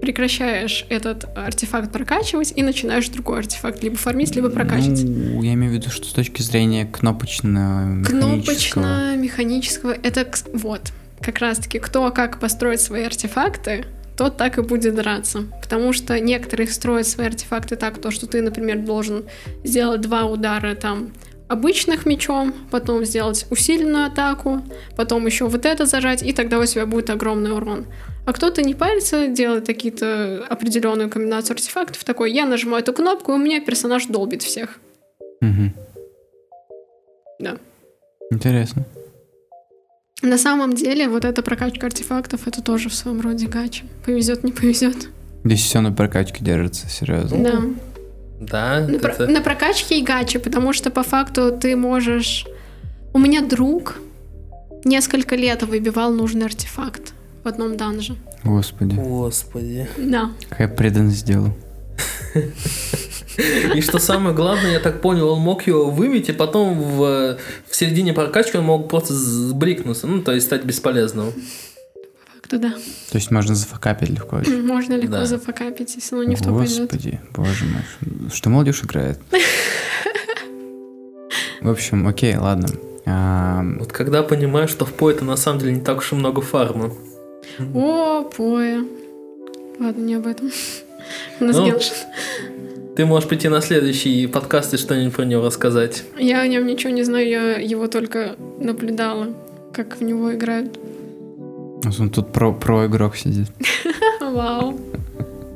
[SPEAKER 1] прекращаешь этот артефакт прокачивать и начинаешь другой артефакт либо фармить, либо прокачивать.
[SPEAKER 3] Ну, я имею в виду, что с точки зрения кнопочно
[SPEAKER 1] Кнопочно-механического это к- вот. Как раз-таки кто как построит свои артефакты, тот так и будет драться. Потому что некоторые строят свои артефакты так, то, что ты, например, должен сделать два удара там обычных мечом, потом сделать усиленную атаку, потом еще вот это зажать, и тогда у тебя будет огромный урон. А кто-то не парится, делает какие-то определенную комбинацию артефактов, такой, я нажимаю эту кнопку, и у меня персонаж долбит всех.
[SPEAKER 3] Мгм.
[SPEAKER 1] Да.
[SPEAKER 3] Интересно.
[SPEAKER 1] На самом деле, вот эта прокачка артефактов, это тоже в своем роде гача. Повезет, не повезет.
[SPEAKER 3] Здесь все на прокачке держится, серьезно.
[SPEAKER 1] Да.
[SPEAKER 2] Да,
[SPEAKER 1] На, Ну, про-
[SPEAKER 2] Ну, это...
[SPEAKER 1] на прокачке и гаче, потому что по факту ты можешь... У меня друг несколько лет выбивал нужный артефакт в одном данже.
[SPEAKER 3] Господи.
[SPEAKER 2] Господи.
[SPEAKER 1] Да.
[SPEAKER 3] Какая преданность сделал.
[SPEAKER 2] И что самое главное, я так понял, он мог его выбить, и потом в, в середине прокачки он мог просто сбрикнуться, ну, то есть стать бесполезным.
[SPEAKER 1] По факту, да. <clears throat>
[SPEAKER 3] То есть можно зафакапить легко.
[SPEAKER 1] Можно легко
[SPEAKER 2] Да.
[SPEAKER 1] зафакапить, если оно не в то пойдет.
[SPEAKER 3] Господи, боже мой. Что молодежь играет? В общем, окей, ладно. А,
[SPEAKER 2] Вот когда понимаешь, что в по это на самом деле не так уж и много фарма.
[SPEAKER 1] О, поэ. Ладно, не об этом. <laughs> У нас
[SPEAKER 2] Ну.
[SPEAKER 1] Геншин.
[SPEAKER 2] Ты можешь прийти на следующий подкаст и что-нибудь про него рассказать.
[SPEAKER 1] Я о нем ничего не знаю, я его только наблюдала, как в него играют.
[SPEAKER 3] он тут про, про игрок сидит.
[SPEAKER 1] Вау.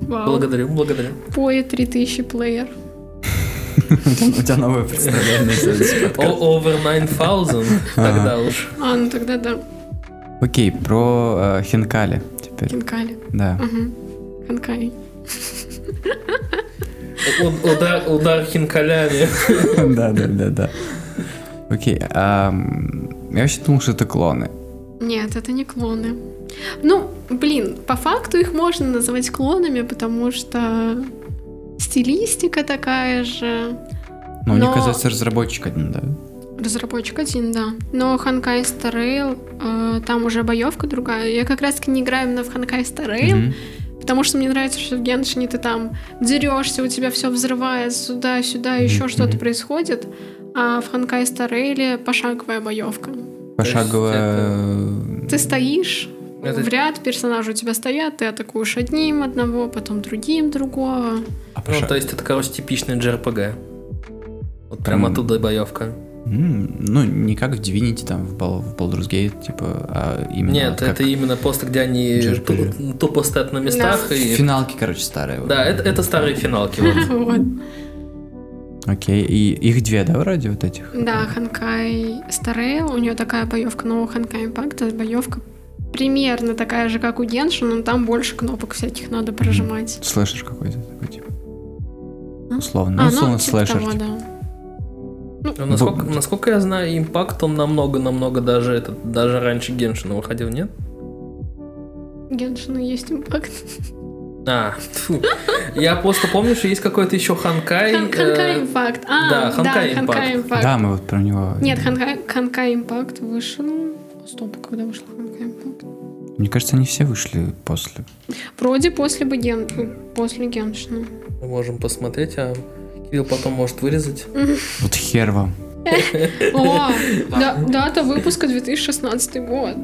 [SPEAKER 1] Вау.
[SPEAKER 2] Благодарю, благодарю.
[SPEAKER 1] Поэ 3000 плеер.
[SPEAKER 3] У тебя у тебя новое представление. на следующий подкаст.
[SPEAKER 2] О, Over 9000, тогда уж.
[SPEAKER 1] А, ну тогда да,
[SPEAKER 3] Окей, про э, хинкали теперь.
[SPEAKER 1] Кинкали.
[SPEAKER 3] Да.
[SPEAKER 1] Угу. Ханкай.
[SPEAKER 2] У- Удар, удар хинкалями.
[SPEAKER 3] Да, да, да, да. Окей, ам, я вообще думал, что это клоны.
[SPEAKER 1] Нет, это не клоны. Ну, блин, по факту их можно называть клонами, потому что стилистика такая же,
[SPEAKER 3] Но у них,
[SPEAKER 1] Но-
[SPEAKER 3] оказывается, разработчик один, да?
[SPEAKER 1] Разработчик один, да. Но Ханкай Старейл, там уже боевка другая. Я как раз таки не играю именно в Ханкай Старейл,
[SPEAKER 3] Мгм.
[SPEAKER 1] потому что мне нравится, что в Геншине ты там дерешься, у тебя все взрывается сюда-сюда, еще
[SPEAKER 3] Мгм.
[SPEAKER 1] что-то происходит. А в Ханкай Старейле пошаговая боевка.
[SPEAKER 3] Пошаговая... э,
[SPEAKER 1] Ты стоишь
[SPEAKER 3] Ну,
[SPEAKER 2] Это-
[SPEAKER 1] в ряд, персонажи у тебя стоят, ты атакуешь одним одного, потом другим другого.
[SPEAKER 3] А
[SPEAKER 2] Ну,
[SPEAKER 3] поша-
[SPEAKER 2] то есть это, короче, типичный JRPG. Вот прям
[SPEAKER 3] М.
[SPEAKER 2] оттуда и боевка.
[SPEAKER 3] М, Ну, не как в Divinity, там, в Bal- в Baldur's Gate, типа, а именно
[SPEAKER 2] Нет,
[SPEAKER 3] как
[SPEAKER 2] это именно просто, где они
[SPEAKER 3] JRPG.
[SPEAKER 2] ту- тупо стоят на местах и...
[SPEAKER 3] Финалки, короче, старые. вот.
[SPEAKER 2] Да, это, это старые
[SPEAKER 1] <laughs>
[SPEAKER 2] финалки. вот.
[SPEAKER 1] Вот.
[SPEAKER 3] Окей, и их две, да, вроде, вот этих?
[SPEAKER 1] Да, Ханкай Старея, у нее такая боевка, но у Ханкай Импакта боевка примерно такая же, как у Геншина, но там больше кнопок всяких надо прожимать.
[SPEAKER 3] Слэшер какой-то такой, типа.
[SPEAKER 1] А?
[SPEAKER 3] Условно, ну, условно
[SPEAKER 1] типа
[SPEAKER 3] слэшер.
[SPEAKER 1] того,
[SPEAKER 3] типа.
[SPEAKER 1] да.
[SPEAKER 2] Ну, Насколько, насколько я знаю, импакт он намного-намного даже этот, даже раньше Геншина выходил, нет?
[SPEAKER 1] Геншина есть импакт.
[SPEAKER 2] А, тьфу. я просто помню, что есть какой-то еще Ханкай.
[SPEAKER 1] Хан- Ханкай
[SPEAKER 2] э,
[SPEAKER 1] Импакт. А,
[SPEAKER 2] да,
[SPEAKER 1] да,
[SPEAKER 2] Ханкай
[SPEAKER 1] Ханкай Импакт.
[SPEAKER 3] Да, мы вот про него...
[SPEAKER 1] Нет, Ханкай, Ханкай Импакт вышел. Стоп, когда вышел Ханкай Импакт?
[SPEAKER 3] Мне кажется, они все вышли после.
[SPEAKER 1] Вроде после бы ген... после Геншина.
[SPEAKER 2] Мы можем посмотреть, а Кирилл потом может вырезать.
[SPEAKER 3] Вот хер вам.
[SPEAKER 1] О, да- дата выпуска 2016 год.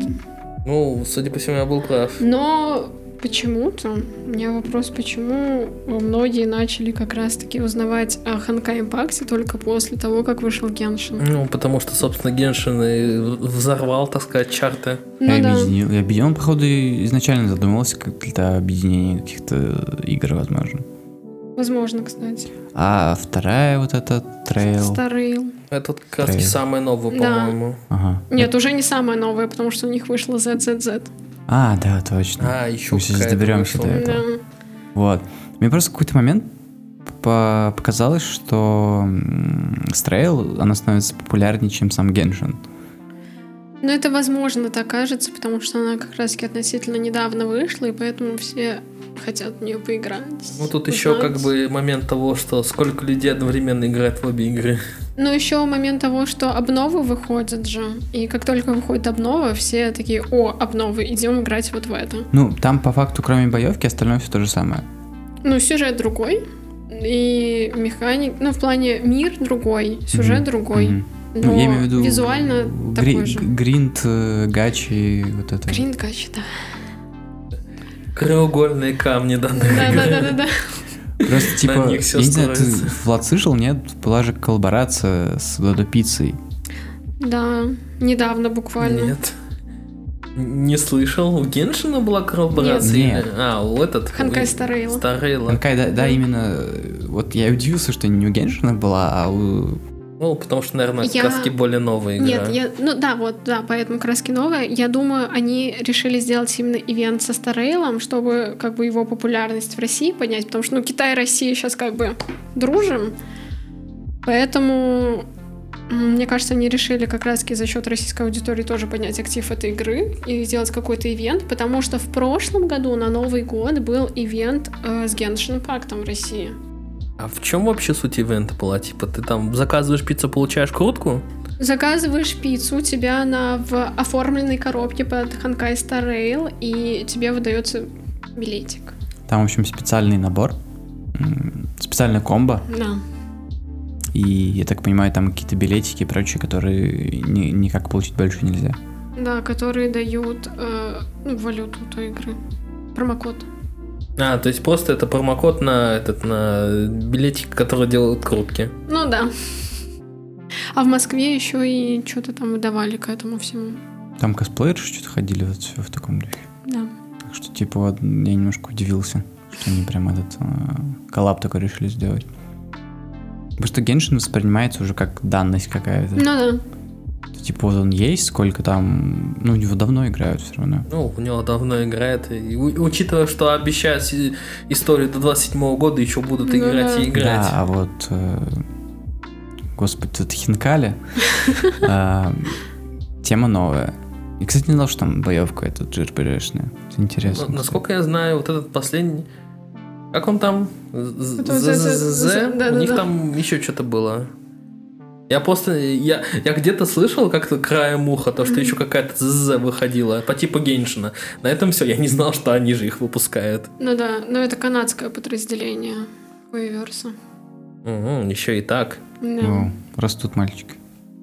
[SPEAKER 2] Ну, судя по всему, я был прав.
[SPEAKER 1] Но почему-то, у меня вопрос, почему многие начали как раз-таки узнавать о Ханка Импакте только после того, как вышел Геншин.
[SPEAKER 2] Ну, потому что, собственно, Геншин и взорвал, так сказать, чарты.
[SPEAKER 1] Ну
[SPEAKER 3] я
[SPEAKER 1] да.
[SPEAKER 3] объединил. Я объединил, походу, и изначально задумывался как для объединения каких-то игр, возможно.
[SPEAKER 1] Возможно, кстати.
[SPEAKER 3] А вторая вот эта трейл.
[SPEAKER 1] Старый.
[SPEAKER 2] Это вот как раз таки
[SPEAKER 3] Трейлер.
[SPEAKER 2] самое
[SPEAKER 1] Да.
[SPEAKER 2] новое, по-моему.
[SPEAKER 3] Ага.
[SPEAKER 1] Нет, уже не самое новое, потому что у них вышло ZZZ.
[SPEAKER 3] А, да, точно.
[SPEAKER 2] А, еще
[SPEAKER 3] Мы сейчас
[SPEAKER 2] какая-то
[SPEAKER 3] доберемся
[SPEAKER 2] вышла.
[SPEAKER 3] до этого.
[SPEAKER 1] Да.
[SPEAKER 3] Вот. Мне просто в какой-то момент по- показалось, что м, Стрейл, она становится популярнее, чем сам Геншин.
[SPEAKER 1] Но это возможно так кажется, потому что она как раз-таки относительно недавно вышла, и поэтому все хотят в нее поиграть.
[SPEAKER 2] Ну, тут еще
[SPEAKER 1] узнать.
[SPEAKER 2] как бы момент того, что сколько людей одновременно играет в обе игры.
[SPEAKER 1] Ну, еще момент того, что обновы выходят же. И как только выходит обнова, все такие, о, обновы, идем играть вот в это.
[SPEAKER 3] Ну, там по факту, кроме боевки, остальное все то же самое.
[SPEAKER 1] Ну, сюжет другой. И механик, ну, в плане мир другой, сюжет
[SPEAKER 3] Мгм.
[SPEAKER 1] другой.
[SPEAKER 3] Мгм.
[SPEAKER 1] Но
[SPEAKER 3] ну, я имею в виду...
[SPEAKER 1] визуально
[SPEAKER 3] гри-
[SPEAKER 1] такой же.
[SPEAKER 3] Гринд, э, гачи, вот это.
[SPEAKER 1] Гринд Гачи,
[SPEAKER 3] <laughs>
[SPEAKER 1] да.
[SPEAKER 2] Краеугольные камни данной
[SPEAKER 1] Да, да,
[SPEAKER 2] игры.
[SPEAKER 1] да, да, да.
[SPEAKER 3] Просто типа,
[SPEAKER 2] них всё
[SPEAKER 3] я не знаю, ты
[SPEAKER 2] строится.
[SPEAKER 3] Влад слышал, нет? Была же коллаборация с Додо Пиццей.
[SPEAKER 1] Да, недавно буквально.
[SPEAKER 2] Нет. Не слышал. У Геншина была коллаборация?
[SPEAKER 3] Нет.
[SPEAKER 2] или- А, у этот.
[SPEAKER 1] Ханкай
[SPEAKER 2] у-
[SPEAKER 1] Старейла.
[SPEAKER 2] Старейла.
[SPEAKER 3] Ханкай, да, да, именно... э, Вот я и удивился, что не у Геншина была, а у...
[SPEAKER 2] Ну, потому что, наверное,
[SPEAKER 1] Я-
[SPEAKER 2] как раз более новая игра.
[SPEAKER 1] Нет, я, ну да, вот, да, поэтому краски новые. Я думаю, они решили сделать именно ивент со Старейлом, чтобы как бы его популярность в России поднять, потому что, ну, Китай и Россия сейчас как бы дружим, поэтому м, мне кажется, они решили как раз за счет российской аудитории тоже поднять актив этой игры и сделать какой-то ивент, потому что в прошлом году на Новый год был ивент э, с Геншин Пактом в России.
[SPEAKER 2] А в чем вообще суть ивента была? Типа, ты там заказываешь пиццу, получаешь крутку?
[SPEAKER 1] Заказываешь пиццу, у тебя она в оформленной коробке под Ханкай Star Rail, и тебе выдается билетик.
[SPEAKER 3] Там, в общем, специальный набор, м, специальная комбо,
[SPEAKER 1] Да.
[SPEAKER 3] и, я так понимаю, там какие-то билетики и прочее, которые ни- никак получить больше нельзя.
[SPEAKER 1] Да, которые дают э, ну, валюту той игры. Промокод.
[SPEAKER 2] А, то есть просто это промокод на этот на билетик, который делают крутки.
[SPEAKER 1] Ну да. А в Москве еще и что-то там выдавали к этому всему.
[SPEAKER 3] Там косплееры что-то ходили вот всё в таком духе.
[SPEAKER 1] Да.
[SPEAKER 3] Так что, типа, вот я немножко удивился, что они прям этот э, коллаб такой решили сделать. Потому что Геншин воспринимается уже как данность какая-то.
[SPEAKER 1] Ну да.
[SPEAKER 3] Типа, вот он есть, сколько там... Ну, у него давно играют все равно.
[SPEAKER 2] Ну, у него давно играет. И у- учитывая, что обещают си- историю до 27 года, еще будут
[SPEAKER 1] Ну
[SPEAKER 2] играть
[SPEAKER 1] да.
[SPEAKER 2] и играть.
[SPEAKER 3] Да, а вот... э, господи,
[SPEAKER 2] <laughs>
[SPEAKER 3] это Хинкали. Э, Тема новая. И, кстати, не знал, что там боевка эта джирберешная. Это интересно.
[SPEAKER 2] Н- Ну, Насколько я знаю, вот этот последний... Как он там? З-
[SPEAKER 1] Это вот
[SPEAKER 2] з-
[SPEAKER 1] это-
[SPEAKER 2] з- з-
[SPEAKER 1] да,
[SPEAKER 2] У
[SPEAKER 1] да,
[SPEAKER 2] них
[SPEAKER 1] да.
[SPEAKER 2] там еще что-то было. Я просто... Я, я где-то слышал как-то краем уха, то, что еще какая-то ЗЗ выходила, по типу Геншина. На этом все. Я не знал, что они же их выпускают.
[SPEAKER 1] Ну да. Но это канадское подразделение Хуеверса.
[SPEAKER 2] еще М-м, и так.
[SPEAKER 1] Да.
[SPEAKER 3] Ну, растут мальчики.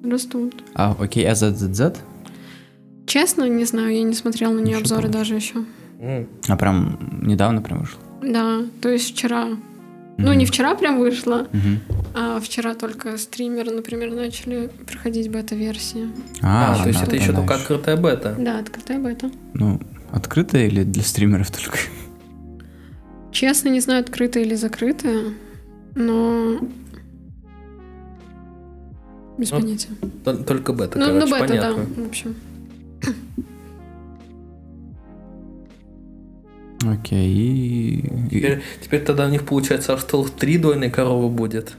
[SPEAKER 1] Растут.
[SPEAKER 3] А, окей, а ZZZ?
[SPEAKER 1] Честно, не знаю, я не смотрела на нее
[SPEAKER 3] Ничего
[SPEAKER 1] обзоры
[SPEAKER 3] подобного.
[SPEAKER 1] даже еще.
[SPEAKER 2] М.
[SPEAKER 3] А прям недавно прям вышел.
[SPEAKER 1] Да, то есть вчера. Ну, не вчера прям вышло,
[SPEAKER 3] Мгм.
[SPEAKER 1] а вчера только стримеры, например, начали проходить бета-версии.
[SPEAKER 2] А,
[SPEAKER 3] А,
[SPEAKER 2] то есть
[SPEAKER 3] да,
[SPEAKER 2] это
[SPEAKER 3] да,
[SPEAKER 2] еще
[SPEAKER 3] да,
[SPEAKER 2] только
[SPEAKER 3] ещё.
[SPEAKER 2] открытая бета.
[SPEAKER 1] Да, открытая бета.
[SPEAKER 3] Ну, открытая или для стримеров только? <laughs>
[SPEAKER 1] Честно, не знаю, открытая или закрытая, но... Без
[SPEAKER 2] Ну,
[SPEAKER 1] понятия.
[SPEAKER 2] Тол- Только бета,
[SPEAKER 1] Ну, ну,
[SPEAKER 2] короче,
[SPEAKER 1] бета,
[SPEAKER 2] понятно.
[SPEAKER 1] да, в общем.
[SPEAKER 3] Окей. и- и-
[SPEAKER 2] Теперь, теперь тогда у них получается, что три дойные коровы будет.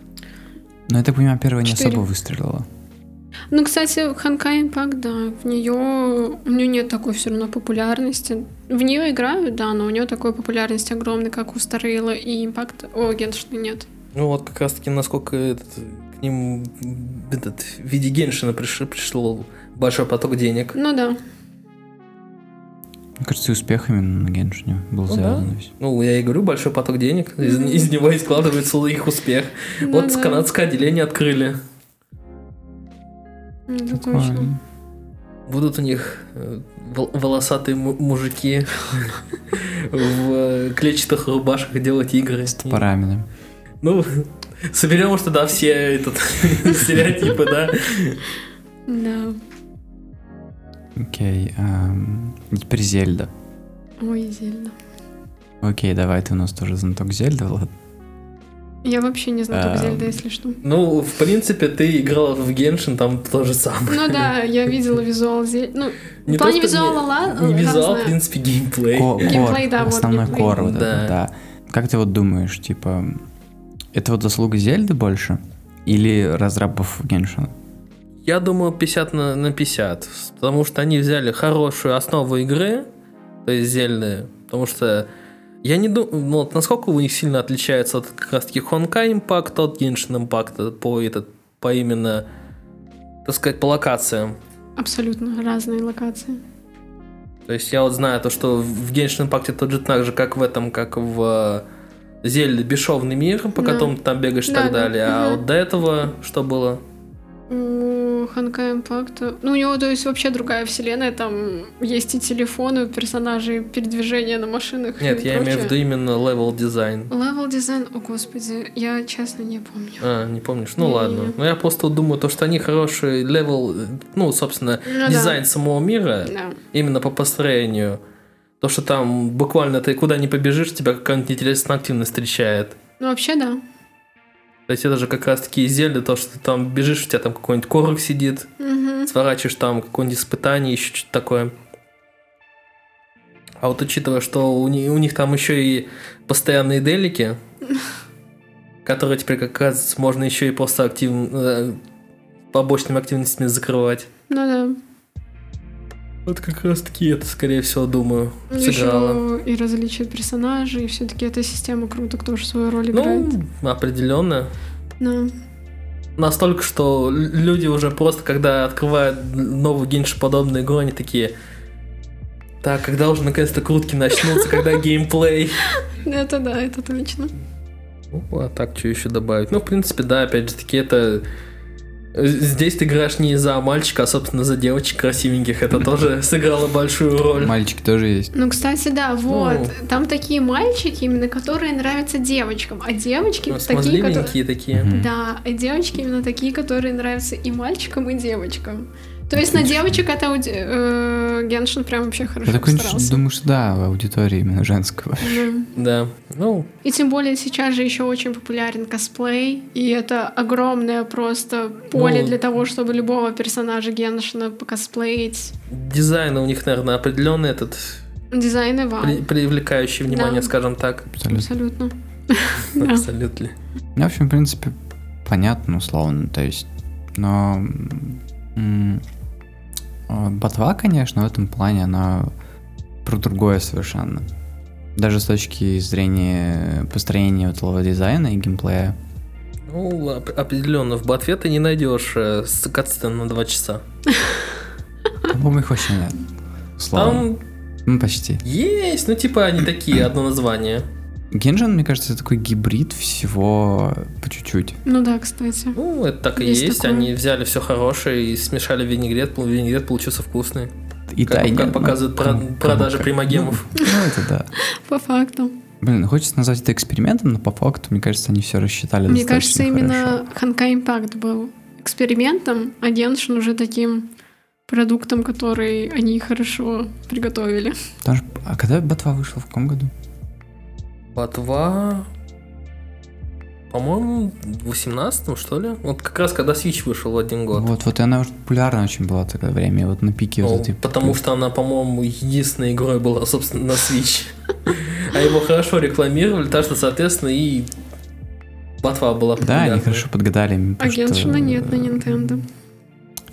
[SPEAKER 3] Ну, я так понимаю, первая не
[SPEAKER 1] Четыре.
[SPEAKER 3] особо выстрелила.
[SPEAKER 1] Ну, кстати, Ханкай Импакт, да, в нее у нее нет такой все равно популярности. В нее играют, да, но у нее такой популярности огромной, как у Старейла и Импакт. О, Геншина нет.
[SPEAKER 2] Ну вот как раз таки насколько этот, к ним м, этот, в виде геншина приш- пришло большой поток денег.
[SPEAKER 1] Ну да.
[SPEAKER 3] Ну, кажется, и успех именно на Геншине был
[SPEAKER 2] Ну да.
[SPEAKER 3] завязан весь.
[SPEAKER 2] Ну, я и говорю, большой поток денег, из, из него и складывается их успех.
[SPEAKER 1] Ну
[SPEAKER 2] вот
[SPEAKER 1] да.
[SPEAKER 2] канадское отделение открыли. Ну,
[SPEAKER 1] Это точно.
[SPEAKER 3] Прикольно.
[SPEAKER 2] Будут у них э, вол- волосатые му-
[SPEAKER 1] <laughs>
[SPEAKER 2] мужики в э, клетчатых рубашках делать игры. И-
[SPEAKER 3] Парами, да.
[SPEAKER 2] Ну, соберем уж тогда все этот, <laughs> стереотипы, да?
[SPEAKER 1] Да.
[SPEAKER 3] Окей. ам, Теперь Зельда.
[SPEAKER 1] Ой, Зельда.
[SPEAKER 3] Окей, давай, ты у нас тоже знаток Зельда, ладно.
[SPEAKER 1] Я вообще не знаю, как
[SPEAKER 3] Эм.
[SPEAKER 1] Зельда, если что.
[SPEAKER 2] Ну, в принципе, ты играла в Геншин, там то же самое.
[SPEAKER 1] Ну да, я видела визуал Зельды. Ну,
[SPEAKER 2] Не
[SPEAKER 1] в плане
[SPEAKER 2] то, что
[SPEAKER 1] визуала, э,
[SPEAKER 2] не-
[SPEAKER 1] ладно.
[SPEAKER 2] Не визуал, в
[SPEAKER 1] разное.
[SPEAKER 2] принципе, геймплей.
[SPEAKER 3] Ко-
[SPEAKER 1] Геймплей, да,
[SPEAKER 3] кор,
[SPEAKER 1] вот
[SPEAKER 3] основной
[SPEAKER 1] геймплей.
[SPEAKER 3] кор, вот
[SPEAKER 2] Да.
[SPEAKER 3] этот, да. Как ты вот думаешь, типа, это вот заслуга Зельды больше? Или разрабов Геншина?
[SPEAKER 2] Я думаю, 50 на, на 50. Потому что они взяли хорошую основу игры, то есть зельные. Потому что я не думаю, ну, вот насколько у них сильно отличается от как раз таки Honkai Impact от Genshin Impact по, этот, по именно, так сказать, по локациям.
[SPEAKER 1] Абсолютно разные локации.
[SPEAKER 2] То есть я вот знаю то, что в Genshin Impact тот же так же, как в этом, как в э, Зельде бесшовный мир, по
[SPEAKER 1] Да.
[SPEAKER 2] которому ты там бегаешь и
[SPEAKER 1] Да,
[SPEAKER 2] так
[SPEAKER 1] да,
[SPEAKER 2] далее. А
[SPEAKER 1] мгм.
[SPEAKER 2] вот до этого что было?
[SPEAKER 1] У Ханка Импакта... Ну, у него, то есть, вообще другая вселенная. Там есть и телефоны, у персонажей, передвижение на машинах
[SPEAKER 2] Нет,
[SPEAKER 1] и
[SPEAKER 2] я имею в виду
[SPEAKER 1] прочее.
[SPEAKER 2] именно левел дизайн.
[SPEAKER 1] Левел дизайн, о господи, я честно не помню.
[SPEAKER 2] А, не помнишь? Ну
[SPEAKER 1] Не.
[SPEAKER 2] ладно. Ну я просто вот думаю, то, что они хороший левел, э, ну, собственно,
[SPEAKER 1] Ну да.
[SPEAKER 2] дизайн самого мира,
[SPEAKER 1] Да.
[SPEAKER 2] именно по построению. То, что там буквально ты куда не побежишь, тебя какая-нибудь интересная активность встречает.
[SPEAKER 1] Ну, вообще, да.
[SPEAKER 2] То есть это же как раз таки и зелье, то, что ты там бежишь, у тебя там какой-нибудь корок сидит,
[SPEAKER 1] Мгм.
[SPEAKER 2] сворачиваешь там какое-нибудь испытание, еще что-то такое. А вот учитывая, что у ни- у них, там еще и постоянные делики, которые теперь, как оказывается, можно еще и просто актив... э, побочными активностями закрывать.
[SPEAKER 1] Ну, да.
[SPEAKER 2] Вот как раз таки это, скорее всего, думаю,
[SPEAKER 1] Ну,
[SPEAKER 2] сыграло.
[SPEAKER 1] Еще и различия персонажей, и все-таки эта система круто тоже свою роль играет.
[SPEAKER 2] Ну, определенно.
[SPEAKER 1] Да.
[SPEAKER 2] Настолько, что лю- люди уже просто, когда открывают новую генши-подобную игру, они такие... Так, когда уже наконец-то крутки начнутся, когда геймплей?
[SPEAKER 1] Это да, это точно.
[SPEAKER 2] Ну, а так, что еще добавить? Ну, в принципе, да, опять же таки, это... э, Здесь ты играешь не за мальчика, а, собственно, за девочек красивеньких. Это <laughs> тоже сыграло большую роль.
[SPEAKER 3] Мальчики тоже есть.
[SPEAKER 1] Ну, кстати, да, вот. Там такие мальчики, именно которые нравятся девочкам. А девочки
[SPEAKER 2] Ну,
[SPEAKER 1] такие, которые...
[SPEAKER 2] Смазливенькие такие.
[SPEAKER 3] Мгм.
[SPEAKER 1] Да, а девочки именно такие, которые нравятся и мальчикам, и девочкам. То есть на девочек это ауди- э, Геншин прям вообще
[SPEAKER 3] Я
[SPEAKER 1] хорошо
[SPEAKER 3] такой
[SPEAKER 1] постарался.
[SPEAKER 3] думаю, что да, в аудитории именно женского.
[SPEAKER 1] Да.
[SPEAKER 2] Да. Ну,
[SPEAKER 1] И тем более сейчас же еще очень популярен косплей, и это огромное просто поле
[SPEAKER 2] Ну,
[SPEAKER 1] для того, чтобы любого персонажа Геншина покосплеить.
[SPEAKER 2] дизайн у них, наверное, определенный этот,
[SPEAKER 1] Дизайн и вау.
[SPEAKER 2] при- привлекающий внимание,
[SPEAKER 1] А. Да.
[SPEAKER 2] скажем так.
[SPEAKER 3] Абсолютно.
[SPEAKER 1] Абсолютно. Да.
[SPEAKER 2] Абсолютно.
[SPEAKER 3] Ну, в общем, в принципе, понятно, условно, то есть, но м, а, ботва, конечно, в этом плане, она про другое совершенно. Даже с точки зрения построения вот левого дизайна и геймплея.
[SPEAKER 2] Ну, оп- определенно, в ботве ты не найдешь э, с- катсцен на 2 часа.
[SPEAKER 3] По-моему, их вообще нет. Условно.
[SPEAKER 2] Там
[SPEAKER 3] Ну, почти.
[SPEAKER 2] есть, ну, типа, они такие, одно название.
[SPEAKER 3] Генжин, мне кажется, это такой гибрид всего по чуть-чуть.
[SPEAKER 1] Ну да, кстати.
[SPEAKER 2] Ну, это так и
[SPEAKER 1] Есть
[SPEAKER 2] есть.
[SPEAKER 1] такое.
[SPEAKER 2] Они взяли все хорошее и смешали в винегрет. пол- Винегрет получился вкусный.
[SPEAKER 3] И
[SPEAKER 2] Как-
[SPEAKER 3] да, и
[SPEAKER 2] как
[SPEAKER 3] нет,
[SPEAKER 2] показывают
[SPEAKER 3] ну,
[SPEAKER 2] про-
[SPEAKER 3] кому-
[SPEAKER 2] продажи
[SPEAKER 3] кому-
[SPEAKER 2] примагемов.
[SPEAKER 3] Ну, ну, это да.
[SPEAKER 1] По факту.
[SPEAKER 3] Блин, ну, хочется назвать это экспериментом, но по факту, мне кажется, они все рассчитали
[SPEAKER 1] Мне
[SPEAKER 3] достаточно
[SPEAKER 1] кажется,
[SPEAKER 3] хорошо.
[SPEAKER 1] именно Ханка Импакт был экспериментом, а Геншин уже таким продуктом, который они хорошо приготовили.
[SPEAKER 3] Потому что, а когда Ботва вышла, в каком году?
[SPEAKER 2] Ботва... По-моему, в 18-м, что ли? Вот как раз когда Switch вышел в один год.
[SPEAKER 3] Вот, вот, и она уже популярна очень была тогда время, и вот на пике
[SPEAKER 2] Ну,
[SPEAKER 3] вот этой...
[SPEAKER 2] потому что она, по-моему, единственной игрой была, собственно, на
[SPEAKER 3] <laughs>
[SPEAKER 2] Switch. А его хорошо рекламировали, так что, соответственно, и ботва была
[SPEAKER 3] Да,
[SPEAKER 2] популярна.
[SPEAKER 3] они хорошо подгадали. мне
[SPEAKER 1] А
[SPEAKER 3] кажется,
[SPEAKER 1] Геншина нет на
[SPEAKER 3] э,
[SPEAKER 1] Nintendo.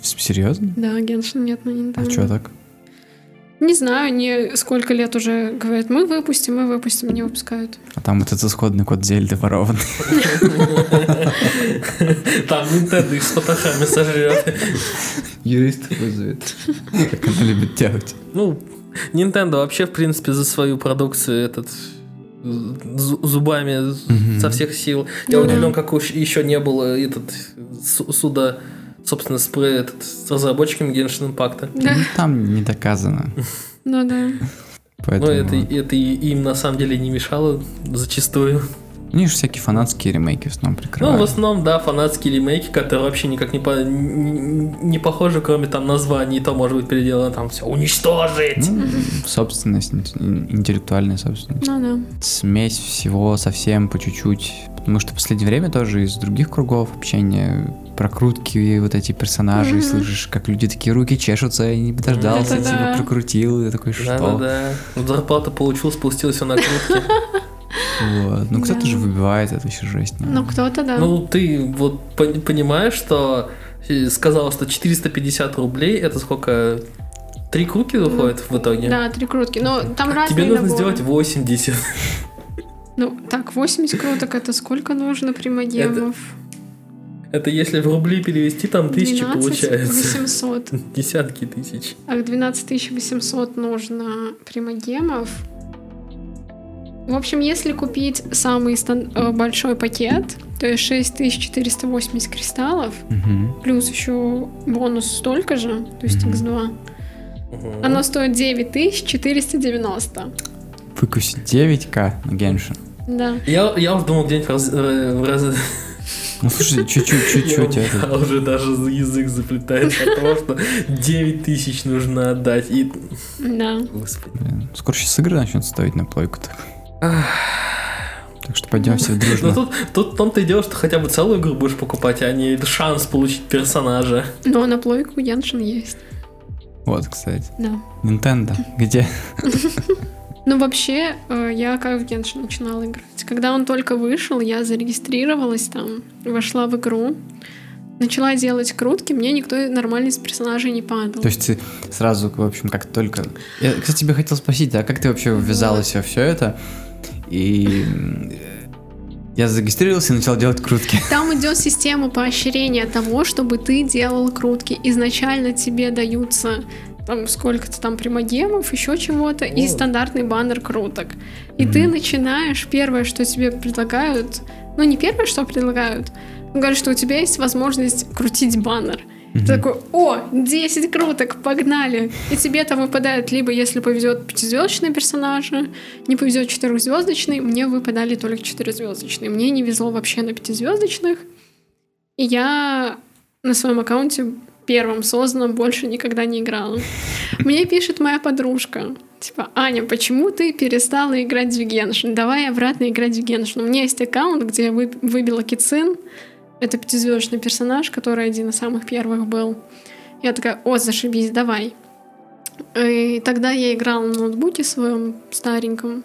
[SPEAKER 3] с- Серьезно?
[SPEAKER 1] Да, Геншина нет на Nintendo.
[SPEAKER 3] А что так?
[SPEAKER 1] Не знаю, они сколько лет уже говорят, мы выпустим, мы выпустим, не выпускают.
[SPEAKER 3] А там вот этот исходный код Зельды ворован.
[SPEAKER 2] Там Nintendo их с потахами сожрет.
[SPEAKER 3] Юрист вызовет. Как она любит тягать.
[SPEAKER 2] Ну, Nintendo вообще, в принципе, за свою продукцию этот з- зубами
[SPEAKER 3] Мгм.
[SPEAKER 2] со всех сил. Я
[SPEAKER 1] Ну
[SPEAKER 2] удивлен,
[SPEAKER 1] да.
[SPEAKER 2] как уж еще не было этот су- суда, собственно, с, пр- этот, с разработчиками Genshin Impact.
[SPEAKER 3] Ну,
[SPEAKER 1] Да,
[SPEAKER 3] Там не доказано.
[SPEAKER 1] <laughs> ну да.
[SPEAKER 2] Но Ну,
[SPEAKER 3] Поэтому...
[SPEAKER 2] это, это и им на самом деле не мешало зачастую.
[SPEAKER 3] Они же всякие фанатские ремейки в основном
[SPEAKER 2] Ну, в
[SPEAKER 3] прикрывают.
[SPEAKER 2] основном, да, фанатские ремейки, которые вообще никак не, по- не, не похожи, кроме там названий, и то может быть переделано там все уничтожить.
[SPEAKER 3] Ну, собственность, ин- интеллектуальная собственность.
[SPEAKER 1] Ну да.
[SPEAKER 3] смесь всего совсем по чуть-чуть. Потому что в последнее время тоже из других кругов общения прокрутки вот эти персонажей,
[SPEAKER 1] Мгм.
[SPEAKER 3] слышишь, как люди такие руки чешутся, и не подождался,
[SPEAKER 1] Это
[SPEAKER 3] типа
[SPEAKER 1] да.
[SPEAKER 3] прокрутил, и я такой,
[SPEAKER 2] Да, да,
[SPEAKER 3] Ну, что?
[SPEAKER 2] да. Зарплата получил, спустил все на крутке.
[SPEAKER 3] Вот. Ну кто-то
[SPEAKER 1] Да.
[SPEAKER 3] же выбивает, это еще жесть.
[SPEAKER 1] Ну
[SPEAKER 3] наверное.
[SPEAKER 1] кто-то, да.
[SPEAKER 2] Ну, ты вот пон- понимаешь, что э, сказал, что 450 рублей это сколько? Три круки выходит в итоге?
[SPEAKER 1] Ну, Да, три крутки. Но там разные
[SPEAKER 2] Тебе нужно
[SPEAKER 1] наборы.
[SPEAKER 2] сделать 80.
[SPEAKER 1] Ну, так, 80 круток это сколько нужно примагемов?
[SPEAKER 2] <laughs> Это если в рубли перевести, там тысячи
[SPEAKER 1] 12
[SPEAKER 2] получается. <laughs>
[SPEAKER 1] 800.
[SPEAKER 2] Десятки тысяч.
[SPEAKER 1] А 12 800 нужно примагемов. В общем, если купить самый стан- э, большой пакет, то есть 6480 кристаллов,
[SPEAKER 3] Мгм.
[SPEAKER 1] плюс еще бонус столько же, то есть
[SPEAKER 3] Мгм.
[SPEAKER 1] x2,
[SPEAKER 2] Мгм.
[SPEAKER 1] оно стоит 9490.
[SPEAKER 3] Выкусить 9к на Геншин.
[SPEAKER 1] Да.
[SPEAKER 2] Я, я уже думал где-нибудь раз- э, в раз-
[SPEAKER 1] <laughs>
[SPEAKER 3] Ну слушай, чуть-чуть, чуть-чуть.
[SPEAKER 2] Я, <laughs>
[SPEAKER 3] это.
[SPEAKER 2] я уже даже язык заплетает от того, что 9 тысяч нужно отдать. И...
[SPEAKER 1] Да.
[SPEAKER 2] Господи.
[SPEAKER 3] Блин, Скоро сейчас игры начнут стоить на плойку так. Так что пойдем все
[SPEAKER 2] Но
[SPEAKER 3] дружно.
[SPEAKER 2] Ну, тут, тут в том-то и дело, что хотя бы целую игру будешь покупать, а не шанс получить персонажа.
[SPEAKER 1] Но на плойку Яншин есть.
[SPEAKER 3] Вот, кстати.
[SPEAKER 1] Да.
[SPEAKER 3] Nintendo, где?
[SPEAKER 1] Ну, вообще, э, я как в Генши начинала играть. Когда он только вышел, я зарегистрировалась там, вошла в игру, начала делать крутки, мне никто нормально из персонажей не падал.
[SPEAKER 3] То есть ты сразу, в общем, как только... Я, кстати, тебя хотел спросить, а как ты вообще ввязалась во все это? И м, э, я зарегистрировался и начал делать крутки.
[SPEAKER 1] Там идет система поощрения того, чтобы ты делал крутки. Изначально тебе даются там сколько-то там примагемов, еще чего-то, и
[SPEAKER 2] Вот.
[SPEAKER 1] стандартный баннер круток. И
[SPEAKER 3] Мгм.
[SPEAKER 1] ты начинаешь, первое, что тебе предлагают, ну не первое, что предлагают, но говорят, что у тебя есть возможность крутить баннер. Ты такой, о, 10 круток, погнали. И тебе там выпадает, либо если повезет пятизвездочные персонажи, не повезет четырехзвездочный, мне выпадали только четырехзвездочные. Мне не везло вообще на пятизвездочных. И я на своем аккаунте первым созданном больше никогда не играла. Мне пишет моя подружка. Типа, Аня, почему ты перестала играть в Геншин? Давай обратно играть в Геншин. У меня есть аккаунт, где я вы- выбила Кицин. Это пятизвездочный персонаж, который один из самых первых был. Я такая, о, зашибись, давай. И тогда я играла на ноутбуке своем стареньком.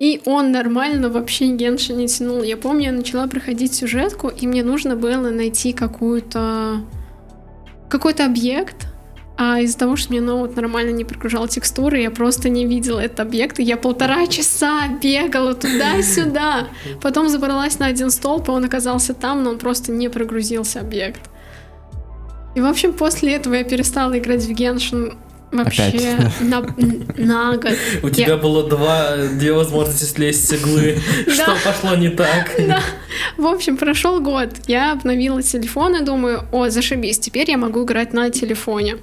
[SPEAKER 1] И он нормально вообще Генши не тянул. Я помню, я начала проходить сюжетку, и мне нужно было найти какую-то какой-то объект, а из-за того, что мне ноут нормально не прогружал текстуры, я просто не видела этот объект, и я полтора часа бегала туда-сюда. Потом забралась на один столб, и он оказался там, но он просто не прогрузился объект. И, в общем, после этого я перестала играть в Геншин вообще
[SPEAKER 3] Опять.
[SPEAKER 1] на, на год.
[SPEAKER 2] У тебя было два, две возможности слезть
[SPEAKER 1] <laughs>
[SPEAKER 2] с иглы. Что
[SPEAKER 1] Да.
[SPEAKER 2] пошло не так?
[SPEAKER 1] В общем, прошел год. Я обновила телефон и думаю, о, зашибись, теперь я могу играть на телефоне.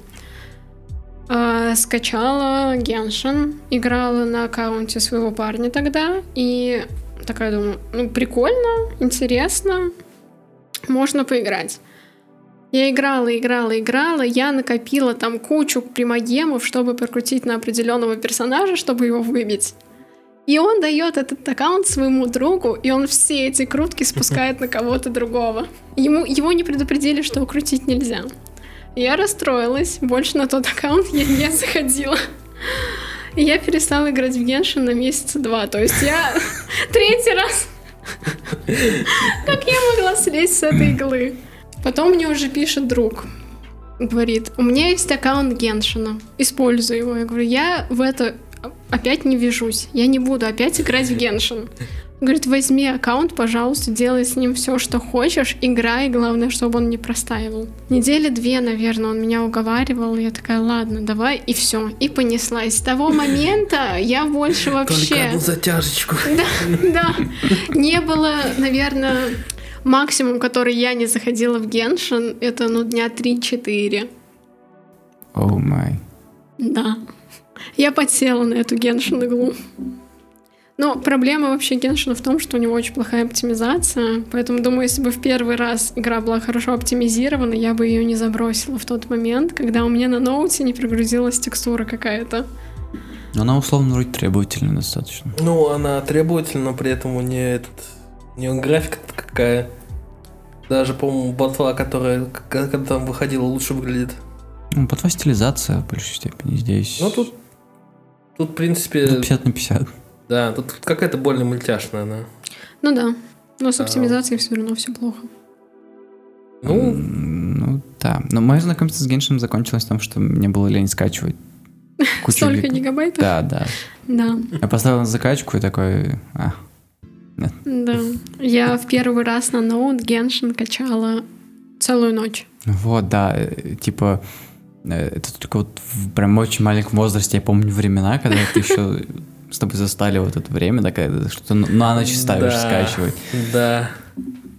[SPEAKER 1] А, скачала Геншин, играла на аккаунте своего парня тогда, и такая думаю, ну, прикольно, интересно, можно поиграть. Я играла, играла, играла, я накопила там кучу примагемов, чтобы прокрутить на определенного персонажа, чтобы его выбить. И он дает этот аккаунт своему другу, и он все эти крутки спускает на кого-то другого. Ему, его не предупредили, что крутить нельзя. Я расстроилась, больше на тот аккаунт я не заходила. И я перестала играть в Геншин на месяца два. То есть я третий раз... Как я могла слезть с этой иглы? Потом мне уже пишет друг. Говорит, у меня есть аккаунт Геншина, использую его. Я говорю, я в это опять не вяжусь, я не буду опять играть в Геншин. Говорит, возьми аккаунт, пожалуйста, делай с ним все, что хочешь, играй, главное, чтобы он не простаивал. Недели две, наверное, он меня уговаривал, я такая, ладно, давай, и все, и понеслась. С того момента я больше
[SPEAKER 2] Только
[SPEAKER 1] <laughs> вообще...
[SPEAKER 2] одну затяжечку.
[SPEAKER 1] Да, не было, наверное, максимум, который я не заходила в Геншин, это, ну, дня 3-4.
[SPEAKER 3] Оу май.
[SPEAKER 1] Да. Я подсела на эту Геншин иглу. Но проблема вообще Геншина в том, что у него очень плохая оптимизация, поэтому, думаю, если бы в первый раз игра была хорошо оптимизирована, я бы ее не забросила в тот момент, когда у меня на ноуте не прогрузилась текстура какая-то.
[SPEAKER 3] Но она условно вроде требовательная достаточно.
[SPEAKER 2] Ну, она требовательна, но при этом у нее этот... У нее графика какая. Даже, по-моему, ботва, которая к- когда там выходила, лучше выглядит.
[SPEAKER 3] Ну, потва стилизация в большей степени здесь.
[SPEAKER 2] Ну, тут... э, Тут, в принципе,
[SPEAKER 3] Ну, 50 на 50.
[SPEAKER 2] да, тут какая-то больно мультяшная она.
[SPEAKER 1] Ну да, но с
[SPEAKER 2] А.
[SPEAKER 1] оптимизацией все равно все плохо.
[SPEAKER 2] Ну,
[SPEAKER 3] М, Ну, да. Но мое знакомство с Геншином закончилось тем, что мне было лень скачивать
[SPEAKER 1] <laughs>
[SPEAKER 3] кучу
[SPEAKER 1] Столько
[SPEAKER 3] лип-
[SPEAKER 1] гигабайтов?
[SPEAKER 3] Да, да.
[SPEAKER 1] Да.
[SPEAKER 3] Я поставил на закачку и такой... А,
[SPEAKER 1] Да. Я в первый раз на ноут Геншин качала целую ночь.
[SPEAKER 3] ну вот, да, э, типа... э, Это только вот в прям очень маленьком возрасте. Я помню времена, когда ты еще с тобой застали вот это время, да, когда ты что-то на ночь ставишь
[SPEAKER 2] Да.
[SPEAKER 3] скачивать.
[SPEAKER 2] да.